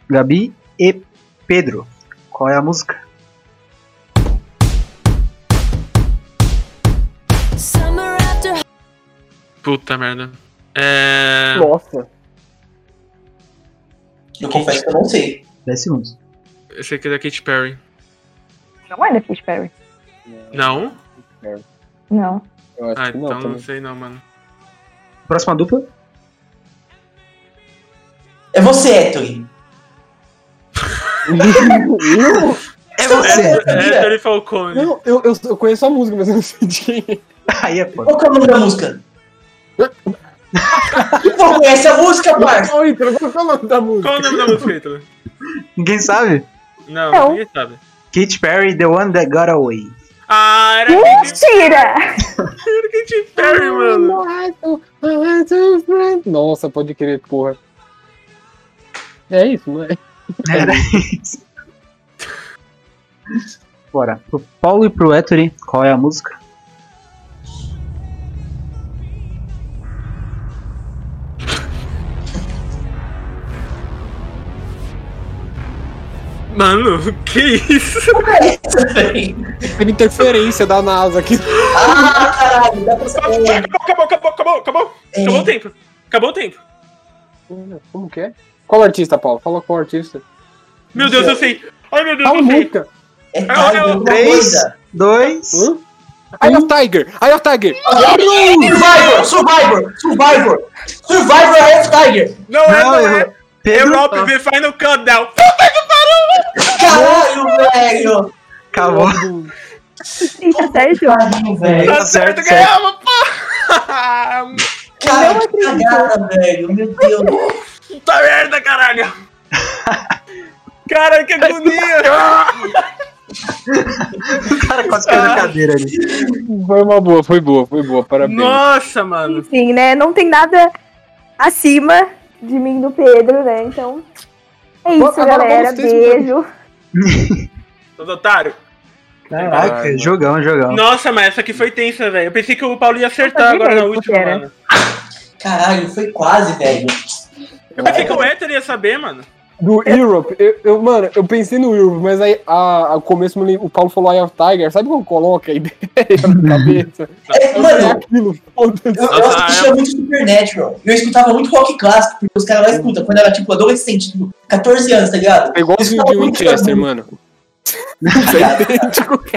Gabi e Pedro. Qual é a música? Puta merda. É... Nossa. Eu confesso que eu não sei. 10 segundos. Eu sei que é da Katy Perry. Não é da Katy Perry. Não? Não. Eu acho Ah, que então não, tá não, também. sei não, mano. Próxima dupla? É você, Ettore. É Tá você. você. É, sabia? Anthony Falcone. Não, eu, eu, eu conheço a música, mas eu não sei de quem é. Aí é foda. Qual que é o nome da música? Não conhece a música, parça? Ô, Ítalo, qual que é o nome da música? Qual o nome da música, Ítalo? Ninguém sabe? Não, Não. ninguém sabe. Katy Perry, The One That Got Away. Ah, era Katy Mentira! Perry, Katy Perry, mano. assim, Nossa, pode querer, porra. É isso, não é? Era isso. Bora. Pro Paulo e pro Ettore, qual é a música? Mano, que isso? Tem interferência da NASA aqui. Ah, caralho, dá pra saber. Acabou, acabou, acabou, acabou. Acabou o tempo. Acabou o tempo. Como que é? Qual artista, Paulo? Fala qual artista. Tá um Meu Deus, eu sei. Ai, meu Deus, Qual eu sei. música? É tarde, Ah, alguma três. coisa. Dois. Hã? Hum? Eye of Tiger! Eye of Tiger! Survivor, Survivor, Survivor. Survivor Half Tiger. Não, é, não, Não, é. errou. Pedro. Europe The Final Countdown. Caralho, velho. Acabou. Eita, Sérgio. Caralho, velho. Tá certo, certo, certo. ganhamos, porra. Cara, que cagada, velho. Meu Deus. Puta merda, caralho! Cara, que agonia! O cara quase caiu na cadeira ali. Foi uma boa, foi boa, foi boa. Parabéns. Nossa, mano! Enfim, né? Não tem nada acima de mim e do Pedro, né? Então. É Bom, isso, agora galera. vamos ter né? esse Beijo. Todo otário! Caraca, jogão, jogão. Nossa, mas essa aqui foi tensa, velho. Eu pensei que o Paulo ia acertar Eu sabia agora na mesmo última, Tá que era. mano. Caralho, foi quase, velho. Eu pensei que o Éter ia saber, mano. Do Europe, eu, eu- mano, eu pensei no Europe, mas aí a, a começo me lem- o Paulo falou Eye of Tiger, sabe como coloca a ideia na cabeça? É, É mano, aquilo, foda-se. eu, eu Nossa, assistia eu- muito Supernatural. Eu escutava muito rock clássico, porque os caras lá escutam quando era tipo adolescente, tipo, 14 anos, tá ligado? É igualzinho de Winchester, mano. é Obrigado,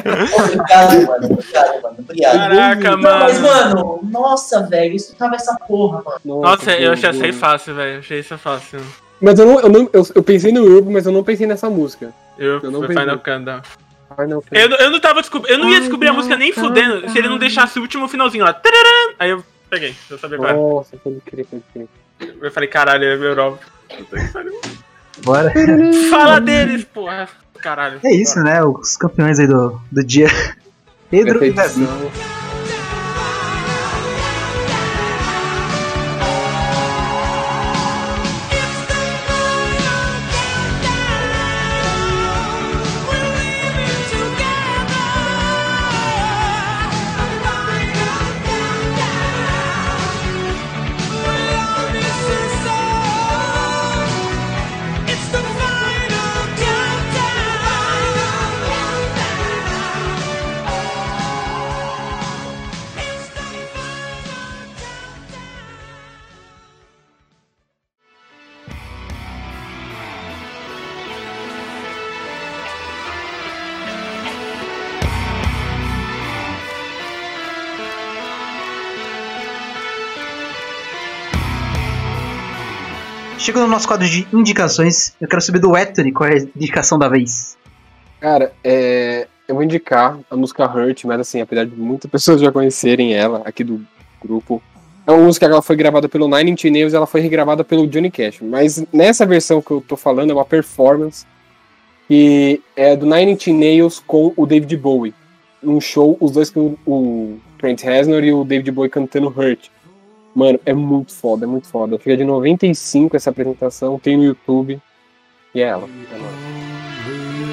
Obrigado, mano. Obrigado, mano. Obrigado. Caraca, Não, mas, mano. mano, nossa, velho, eu escutava essa porra, mano. Nossa, eu achei achei essa aí fácil, velho. Achei isso fácil. Mas eu não, eu não eu, eu pensei no Europe, mas eu não pensei nessa música. Ah, Eu, Eu não Final pensei. Countdown. Carnal Eu, eu não tava descob- Eu não ia descobrir a música nem fudendo se ele não deixasse o último finalzinho lá. Tararam! Aí eu peguei, eu sabia qual era. Nossa, pode crer, pode crer. Eu falei, caralho, é Europa. Bora. Fala deles, porra. Caralho. É isso, né? Os campeões aí do, do dia. Pedro e Davi. Repetição. Chega no nosso quadro de indicações. Eu quero saber do Héctor qual é a indicação da vez. Cara, é, eu vou indicar a música Hurt, mas assim, apesar de muitas pessoas já conhecerem ela aqui do grupo, é uma música que ela foi gravada pelo Nine Inch Nails, ela foi regravada pelo Johnny Cash, mas nessa versão que eu tô falando é uma performance que é do Nine Inch Nails com o David Bowie, num show, os dois com o Trent Reznor e o David Bowie cantando Hurt. Mano, é muito foda, é muito foda. Fica de 95 essa apresentação, tem no YouTube, e é ela. É nóis.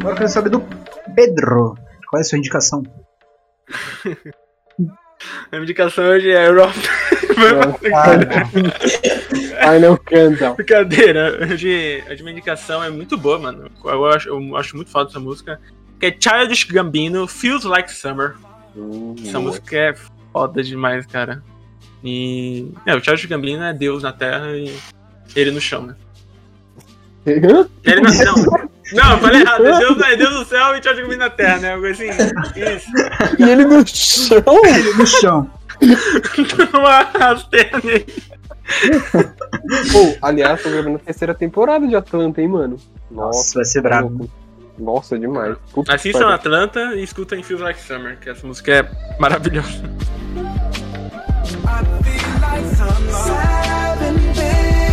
Agora eu quero saber do Pedro. Qual é a sua indicação? A indicação hoje é Europa. Ai, não canta. Brincadeira. Hoje, hoje minha indicação é muito boa, mano. Eu acho, eu acho muito foda essa música. Que é Childish Gambino, Feels Like Summer. Essa música é foda demais, cara. E. É, o Childish Gambino é Deus na Terra e ele no chão, né? Ele não. Não, não eu falei errado. É Deus, é Deus no céu e Childish Gambino na Terra, né? Algo assim. Isso. E ele no chão? No chão. Uma rasteira nele. Pô, aliás, tô gravando a terceira temporada de Atlanta, hein, mano? Nossa, vai ser brabo. louco. Nossa, é demais. Puta que Assistam pariu. Atlanta e escutem Feels Like Summer, que essa música é maravilhosa.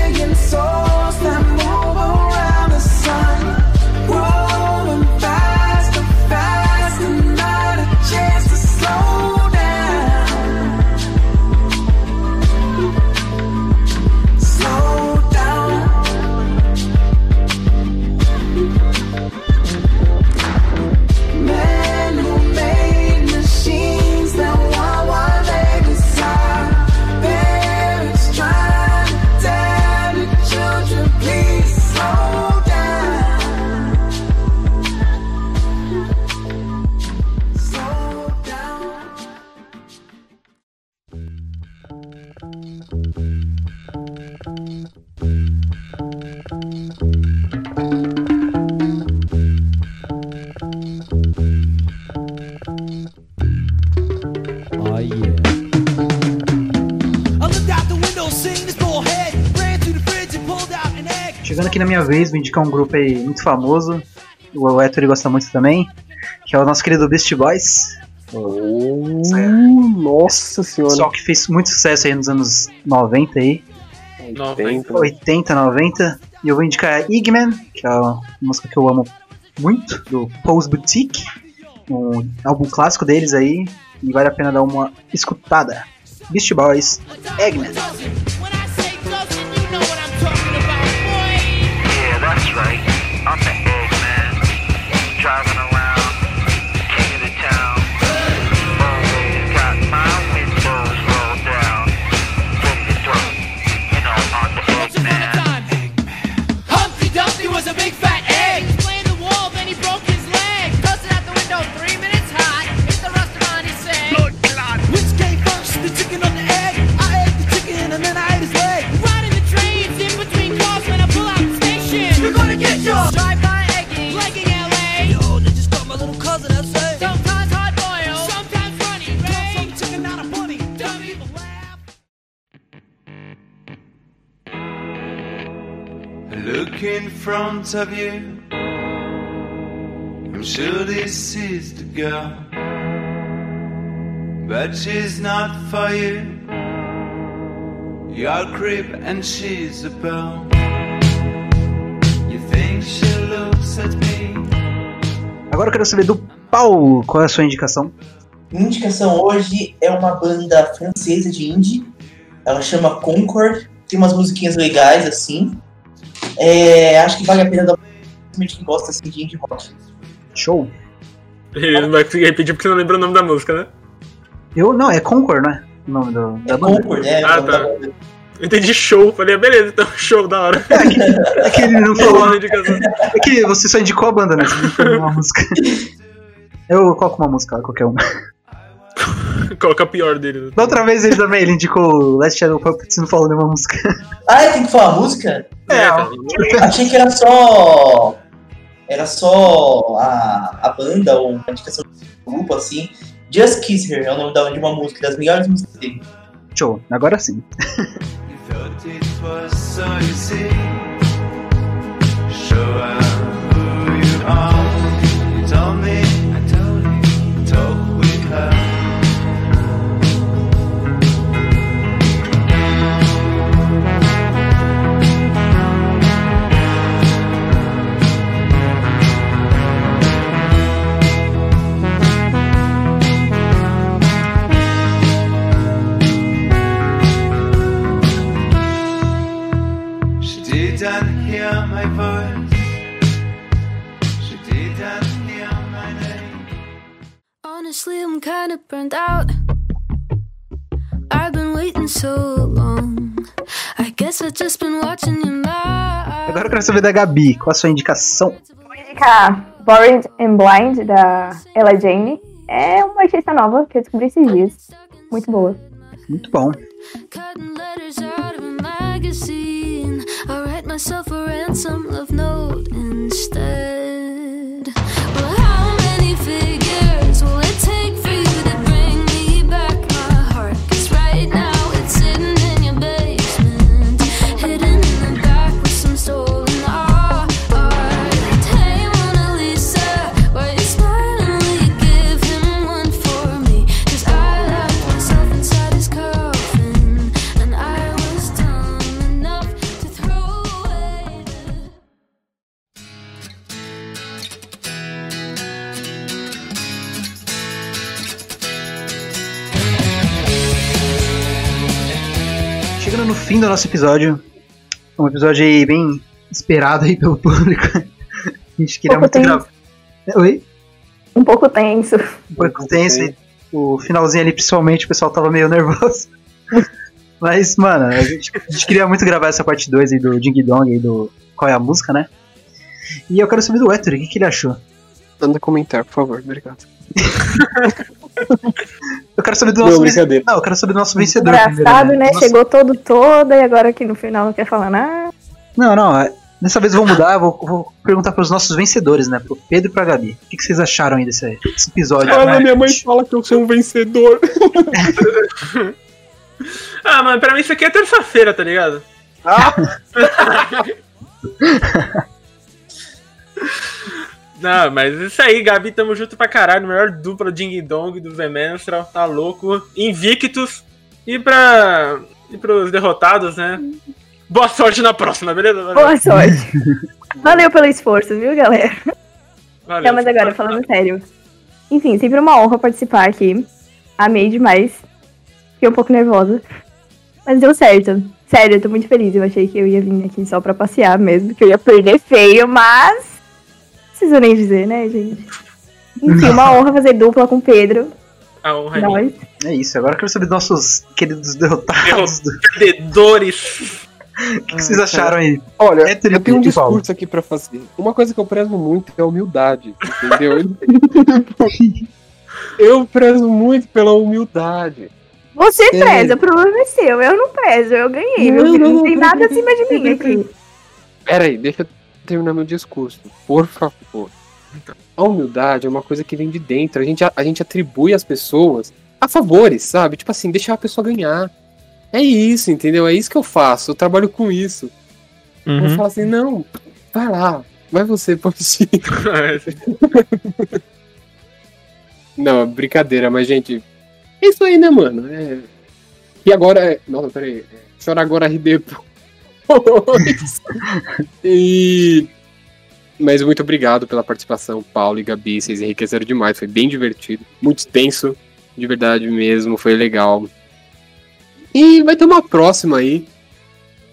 Chegando aqui na minha vez, vou indicar um grupo aí muito famoso. O Héctor gosta muito também. Que é o nosso querido Beast Boys. Oh, nossa senhora. Pessoal que fez muito sucesso aí nos anos 90 aí. Tempo. 80, 90. E eu vou indicar Igman, que é uma música que eu amo muito, do Pose Boutique. Um álbum clássico deles aí. E vale a pena dar uma escutada. Beast Boys, Eggman. When I say driving around, king of the town. Always got my windows rolled down. Fully drunk, you know, on the Eggman. Humpty Dumpty was a big fat egg. Played the wall, then he broke his leg. Toasted out the window, three minutes hot. Hit the restaurant, he said. Lord God. Which came first, the chicken or the egg? I ate the chicken and then I ate his leg. Riding the trains in between cars when I pull out the station. You're gonna get your drive by egging, legging LA. Yo, they just got my little cousin outside. Sometimes hard boiled, sometimes runny. Right? From a chicken, not a bunny. Dumb people laugh. Look in front of you. I'm sure this is the girl. But she's not for you. You're a creep and she's a belle. You think she looks at me? Agora eu quero saber do Paulo qual é a sua indicação. Minha indicação hoje é uma banda francesa de indie. Ela chama Concord. Tem umas musiquinhas legais, assim. É, acho que vale a pena dar uma principalmente quem gosta assim, de indie rock. Show. Ele não vai conseguir repetir porque não lembra o nome da música, né? Eu não, é Concord, né? O nome do, É da banda. Concord, né? Ah, É o nome tá. da banda. Eu entendi show, falei, ah, beleza, então show, da hora. É que ele não Show falou. lá na indicação. É que você só indicou a banda, né? Você não falou uma música. Eu coloco uma música lá, qualquer uma. Coloca a pior dele. Da outra vez ele também, ele indicou Last Shadow Puppets e não falou nenhuma música. Ah, tem que falar a música? É, cara. Achei que era só. Era só a, a banda ou uma indicação de grupo assim. Just Kiss Her é o nome da- de uma música, das melhores músicas dele. Show, agora sim. You thought it was so easy. Show her who you are. You told me, I told you, talk with her. She didn't hear my voice. She didn't hear my name. Honestly, I'm kinda burnt out. I've been waiting so long. I guess I've just been watching you lie. Agora eu quero saber da Gabi, qual a sua indicação? Vou indicar Bored and Blind, da Ella Jane. É uma artista nova que eu descobri esses dias. Muito boa. Muito bom. Cutting letters out of a magazine. I write myself a ransom love note instead. Well, how many figures will it take for you to bring me back my heart? 'Cause right now it's sitting in your basement, hidden in the back with some stolen art. Hey, Mona Lisa, why you smiling? Will you give him one for me? 'Cause I locked myself inside his coffin, and I was dumb enough to throw away the Chegando no fim do nosso episódio, um episódio aí bem esperado aí pelo público. A gente queria muito Pouco tempo. gravar. Oi? Um pouco tenso. Um pouco tenso. aí. O finalzinho ali, principalmente, o pessoal tava meio nervoso. Mas, mano, a gente, a gente queria muito gravar essa parte 2 aí do Ding Dong, aí do Qual é a Música, né? E eu quero saber do Héctor, o que, que ele achou? Manda comentário, por favor. Obrigado. Eu quero saber do Não, nosso vencedor. brincadeira. Não, eu quero saber do nosso vencedor. Engraçado, primeiro, né? Nossa- Chegou todo toda e agora aqui no final não quer falar nada. Não, não. é- Dessa vez eu vou mudar, eu vou, vou perguntar pros nossos vencedores, né? Pro Pedro e pra Gabi. O que, que vocês acharam aí desse, desse episódio? né? fala que eu sou um vencedor. Ah, mano, pra mim isso aqui é terça-feira, tá ligado? Não, mas isso aí, Gabi, tamo junto pra caralho. Melhor dupla Ding Dong do The Menstrual, tá louco. Invictus. E pra. E pros derrotados, né? Boa sorte na próxima, beleza? Valeu. Boa sorte. Valeu pelo esforço, viu, galera? Valeu. Não, mas agora, falando sério. Enfim, sempre uma honra participar aqui. Amei demais. Fiquei um pouco nervosa. Mas deu certo. Sério, eu tô muito feliz. Eu achei que eu ia vir aqui só pra passear mesmo, que eu ia perder feio, mas. preciso nem dizer, né, gente? Enfim, uma honra fazer dupla com o Pedro. A honra é minha. Nós. É isso, agora eu quero saber dos nossos queridos derrotados. do- Perdedores. O que, que vocês acharam aí? Olha, É triste, eu tenho um de Paulo. discurso aqui pra fazer. Uma coisa que eu prezo muito é a humildade, entendeu? eu prezo muito pela humildade. Você Sim. preza, o problema é seu. Eu não prezo, eu ganhei. Meu Não, filho, não, não tem não, nada não, acima de mim aqui. Pera aí, deixa eu terminar meu discurso, por favor. A humildade é uma coisa que vem de dentro. A gente, a, gente atribui às pessoas a favores, sabe? Tipo assim, deixar a pessoa ganhar. É isso, entendeu? É isso que eu faço. Eu trabalho com isso. Eu Uhum. falo assim, não, vai lá, vai você, pode ir. Não, brincadeira, mas gente. É isso aí, né, mano? É... E agora é. Nossa, peraí. É... Chora agora ri depois. e. Mas muito obrigado pela participação, Paulo e Gabi. Vocês enriqueceram demais. Foi bem divertido. Muito extenso. De verdade mesmo. Foi legal. E vai ter uma próxima aí.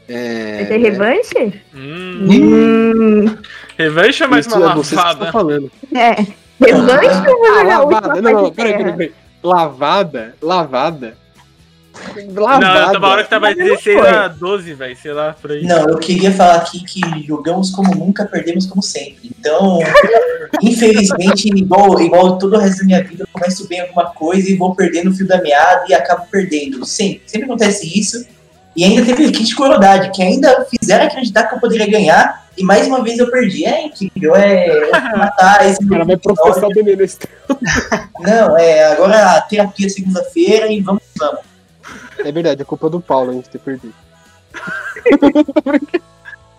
É... Vai ter revanche? Hum. Hum. Revanche ou mais isso uma é vocês que estão lavada? falando. É. Revanche ou Ah, vai jogar a última é. lavada, não, fase não, de peraí, terra? peraí, peraí. Lavada? Lavada? Não, eu Lavada. tava a hora que tava Mas não 16 foi. a 12, velho. Sei lá, por aí. Não, eu queria falar aqui que jogamos como nunca, perdemos como sempre. Então, infelizmente, igual, igual todo o resto da minha vida, eu começo bem alguma coisa e vou perdendo o fio da meada e acabo perdendo. Sempre, sempre acontece isso. E ainda teve aqui de crueldade, que ainda fizeram acreditar que eu poderia ganhar e mais uma vez eu perdi. É incrível, é, é matar esse O cara vai processar o Daniel Esteves. Não, é agora a terapia é segunda-feira e vamos que vamos. É verdade, é culpa do Paulo a gente ter perdido.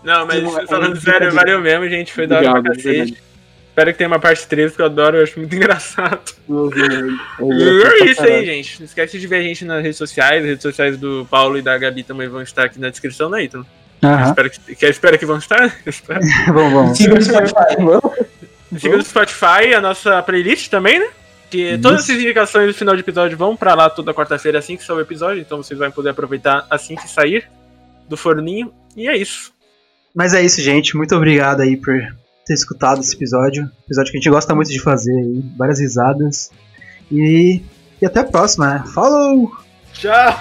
Não, mas Não, é falando muito sério, complicado. valeu mesmo, gente. Foi da hora pra Obrigado, é cacete. verdade. Espero que tenha uma parte 3 que eu adoro, eu acho muito engraçado. Meu Deus, é E engraçado é pra isso aí, caralho. gente. Não esquece de ver a gente nas redes sociais. As redes sociais do Paulo e da Gabi também vão estar aqui na descrição, né, Ítalo? Aham, Espero que, que, espero que vão estar. Espero. vamos, vamos. Siga no Spotify. Siga no Spotify, a nossa playlist também, né? Que todas essas indicações do final de episódio vão pra lá toda quarta-feira assim que sair o episódio, então vocês vão poder aproveitar assim que sair do forninho. E é isso. Mas é isso, gente. Muito obrigado aí por ter escutado esse episódio. Episódio que a gente gosta muito de fazer aí. Várias risadas. né? E, e até a próxima. Falou! Tchau!